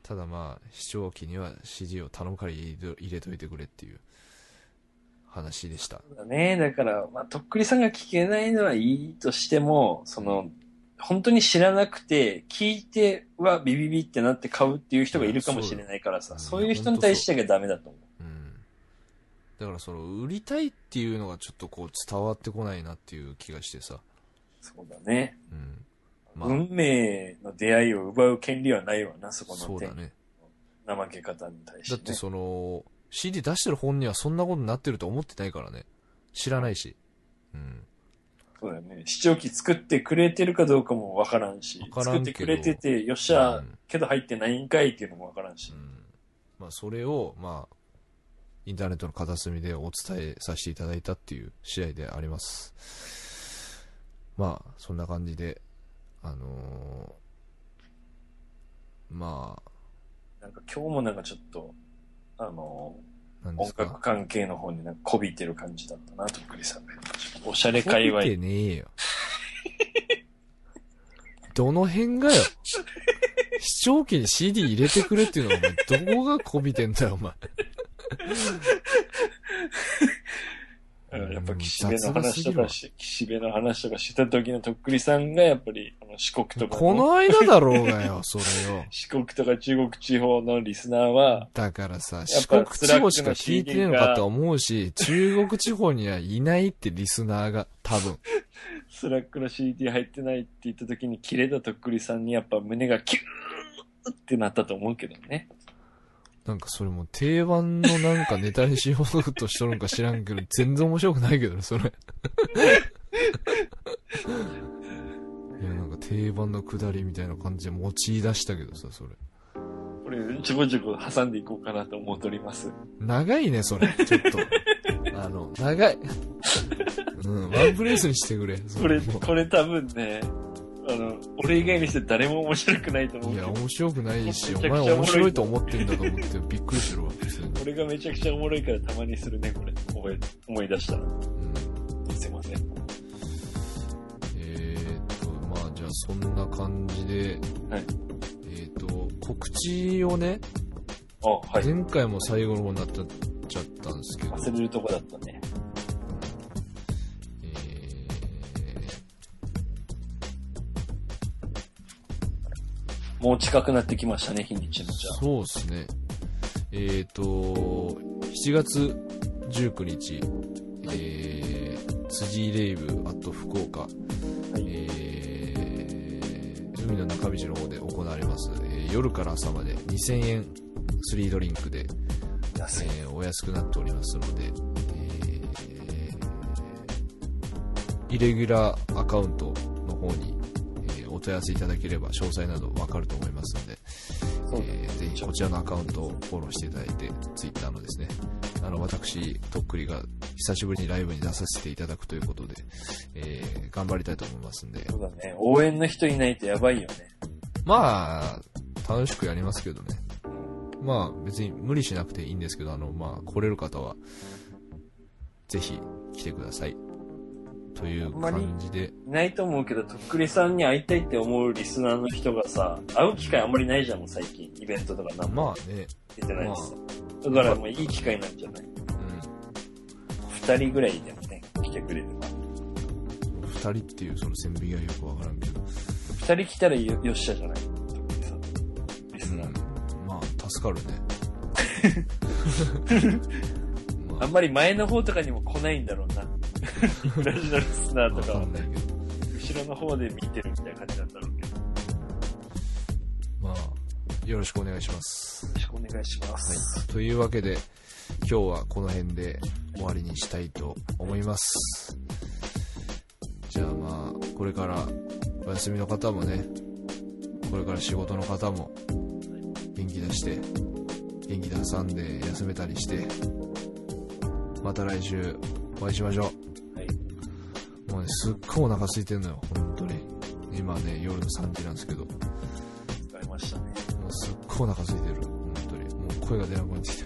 Speaker 3: ただまあ視聴器には CD を頼むから入れ入れといてくれっていう話でした
Speaker 4: そうだね。だから、まあ、とっくりさんが聞けないのはいいとしても、その、本当に知らなくて、聞いてはビビビってなって買うっていう人がいるかもしれないから
Speaker 3: う
Speaker 4: さ、
Speaker 3: ん
Speaker 4: そういう人に対してがダメだと思う。
Speaker 3: うんだからその売りたいっていうのがちょっとこう伝わってこないなっていう気がしてさ
Speaker 4: そうだね。
Speaker 3: うんまあ
Speaker 4: 運命の出会いを奪う権利はないわな、そこの
Speaker 3: そう
Speaker 4: 点。
Speaker 3: だね
Speaker 4: 怠け方に対して、
Speaker 3: だ
Speaker 4: ね。
Speaker 3: ってその、CD 出してる本人はそんなことになってると思ってないからね。知らないし。うん。
Speaker 4: そうだね。視聴器作ってくれてるかどうかもわからんし、
Speaker 3: わか
Speaker 4: 作
Speaker 3: らん
Speaker 4: っ
Speaker 3: けど
Speaker 4: てくれてて、よっしゃ、
Speaker 3: うん
Speaker 4: けど入ってないんかいっていうのもわからんし
Speaker 3: う。んまあ、それを、まあ、インターネットの片隅でお伝えさせていただいたっていう試合であります。まあ、そんな感じで、あのーま
Speaker 4: なんか今日もなんかちょっと、あの
Speaker 3: あ、なんで
Speaker 4: 音
Speaker 3: すか。
Speaker 4: 楽関係の方になんかこびてる感じだったな、とっくりさんね。おしゃれ界隈
Speaker 3: 見てねえよ。 どの辺がよ。視聴器に CD 入れてくれっていうのは、お前、どこがこびてんだよ、お前。
Speaker 4: うんやっぱ岸辺の話とかし、岸辺の話とかしてた時のとっくりさんが、やっぱり、あの四国とか、
Speaker 3: この間だろうがよ、それよ。
Speaker 4: 四国とか中国地方のリスナーは、
Speaker 3: だからさ、
Speaker 4: やっ
Speaker 3: 四
Speaker 4: ぱ
Speaker 3: 国地方しか聞いてねえのかとは思うし、中国地方にはいないってリスナーが、多分。
Speaker 4: スラックの CD 入ってないって言った時に、切れたとっくりさんにやっぱ胸がキューってなったと思うけどね。
Speaker 3: なんかそれもう定番のなんかネタにしようとしとるんか知らんけど、全然面白くないけどね、そ れ。いや、なんか定番のくだりみたいな感じで持ち出したけどさ、それ。
Speaker 4: これ、ちょこちょこ挟んでいこうかなと思っております。
Speaker 3: 長いね、それ。ちょっと。あの、長い。うん、ワンプレイスにしてくれ。そ
Speaker 4: これ、
Speaker 3: もう
Speaker 4: これ多分ね、あの、俺以外の人誰も面白くないと思う
Speaker 3: い
Speaker 4: け
Speaker 3: や、
Speaker 4: ど、
Speaker 3: 面白くないし、お
Speaker 4: めちゃくちゃ
Speaker 3: 前
Speaker 4: おもろい
Speaker 3: 面白いと思ってんだと思って、びっくりしてるわ、普通に。
Speaker 4: 俺がめちゃくちゃおもろいからたまにするね、これ。覚え、思い出したら。
Speaker 3: うん。
Speaker 4: すいません。
Speaker 3: えーっと、まあ、じゃあそんな感じで、
Speaker 4: はい
Speaker 3: えーっと、告知をね、
Speaker 4: あ、はい。
Speaker 3: 前回も最後の方になっちゃったんですけど、
Speaker 4: 忘れるとこだったね。
Speaker 3: え
Speaker 4: もう近くなってきましたね、日にちも
Speaker 3: ー、
Speaker 4: じゃあ。
Speaker 3: そうですね。えーっと、7月19日、えー、辻レイブアット福岡、
Speaker 4: はい。
Speaker 3: えー海の中道の方で行われます、えー夜から朝まで2000円3ドリンクで、
Speaker 4: 安い。
Speaker 3: えーお安くなっておりますので、えーイレギュラーアカウントの方に、えーお問い合わせいただければ詳細などわかると思いますので、
Speaker 4: そうだね
Speaker 3: えーぜひこちらのアカウントをフォローしていただいて、ツイッターのですね、あの、私、とっくりが久しぶりにライブに出させていただくということで、えー頑張りたいと思いますんで、
Speaker 4: そうだね。応援の人いないとやばいよね。
Speaker 3: まあ、楽しくやりますけどね。まあ、別に無理しなくていいんですけど、あの、まあ、来れる方は、ぜひ来てください。という感じで、
Speaker 4: いないと思うけど、とっくりさんに会いたいって思うリスナーの人がさ、会う機会あんまりないじゃん、もう最近。イベントとか何も
Speaker 3: まあね、
Speaker 4: 出てないしさ。だからもういい機会なんじゃない二人ぐらいでもね、来てくれれば。
Speaker 3: うん、二人っていうその線引きはよくわからんけど、
Speaker 4: 二人来たらよよっしゃじゃないとっくりさん。リスナー。
Speaker 3: うん、まあ、助かるね。ま
Speaker 4: あんまり前の方とかにも来ないんだろ うな。ブラジルのリスナ
Speaker 3: あ、
Speaker 4: ー
Speaker 3: わ
Speaker 4: とか
Speaker 3: か
Speaker 4: は
Speaker 3: んないけど、
Speaker 4: 後ろの方で見てるみたいな感じなんだろうけど。よ
Speaker 3: まあ、よろしくお願いします。
Speaker 4: ろしくお願いします。
Speaker 3: というわけで今日はこの辺で終わりにしたいと思いますじゃあまあこれからお休みの方もねこれから仕事の方も元気出して元気出さんで休めたりしてまた来週お会いしましょ
Speaker 4: はいう
Speaker 3: もうねすっごいお腹空いてんのよ本当に今ね夜の3時なんですけど
Speaker 4: 疲れましたね。
Speaker 3: もうすっごいお腹空いてる。本当に。もう声が出なくなってき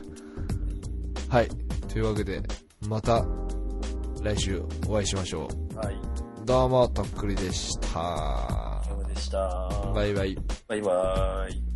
Speaker 3: た。はい。というわけで、また来週お会いしましょ
Speaker 4: はい。
Speaker 3: う。どうも、とっくりでした。
Speaker 4: お疲れ様でした。
Speaker 3: バイバイ。
Speaker 4: バイバーイ。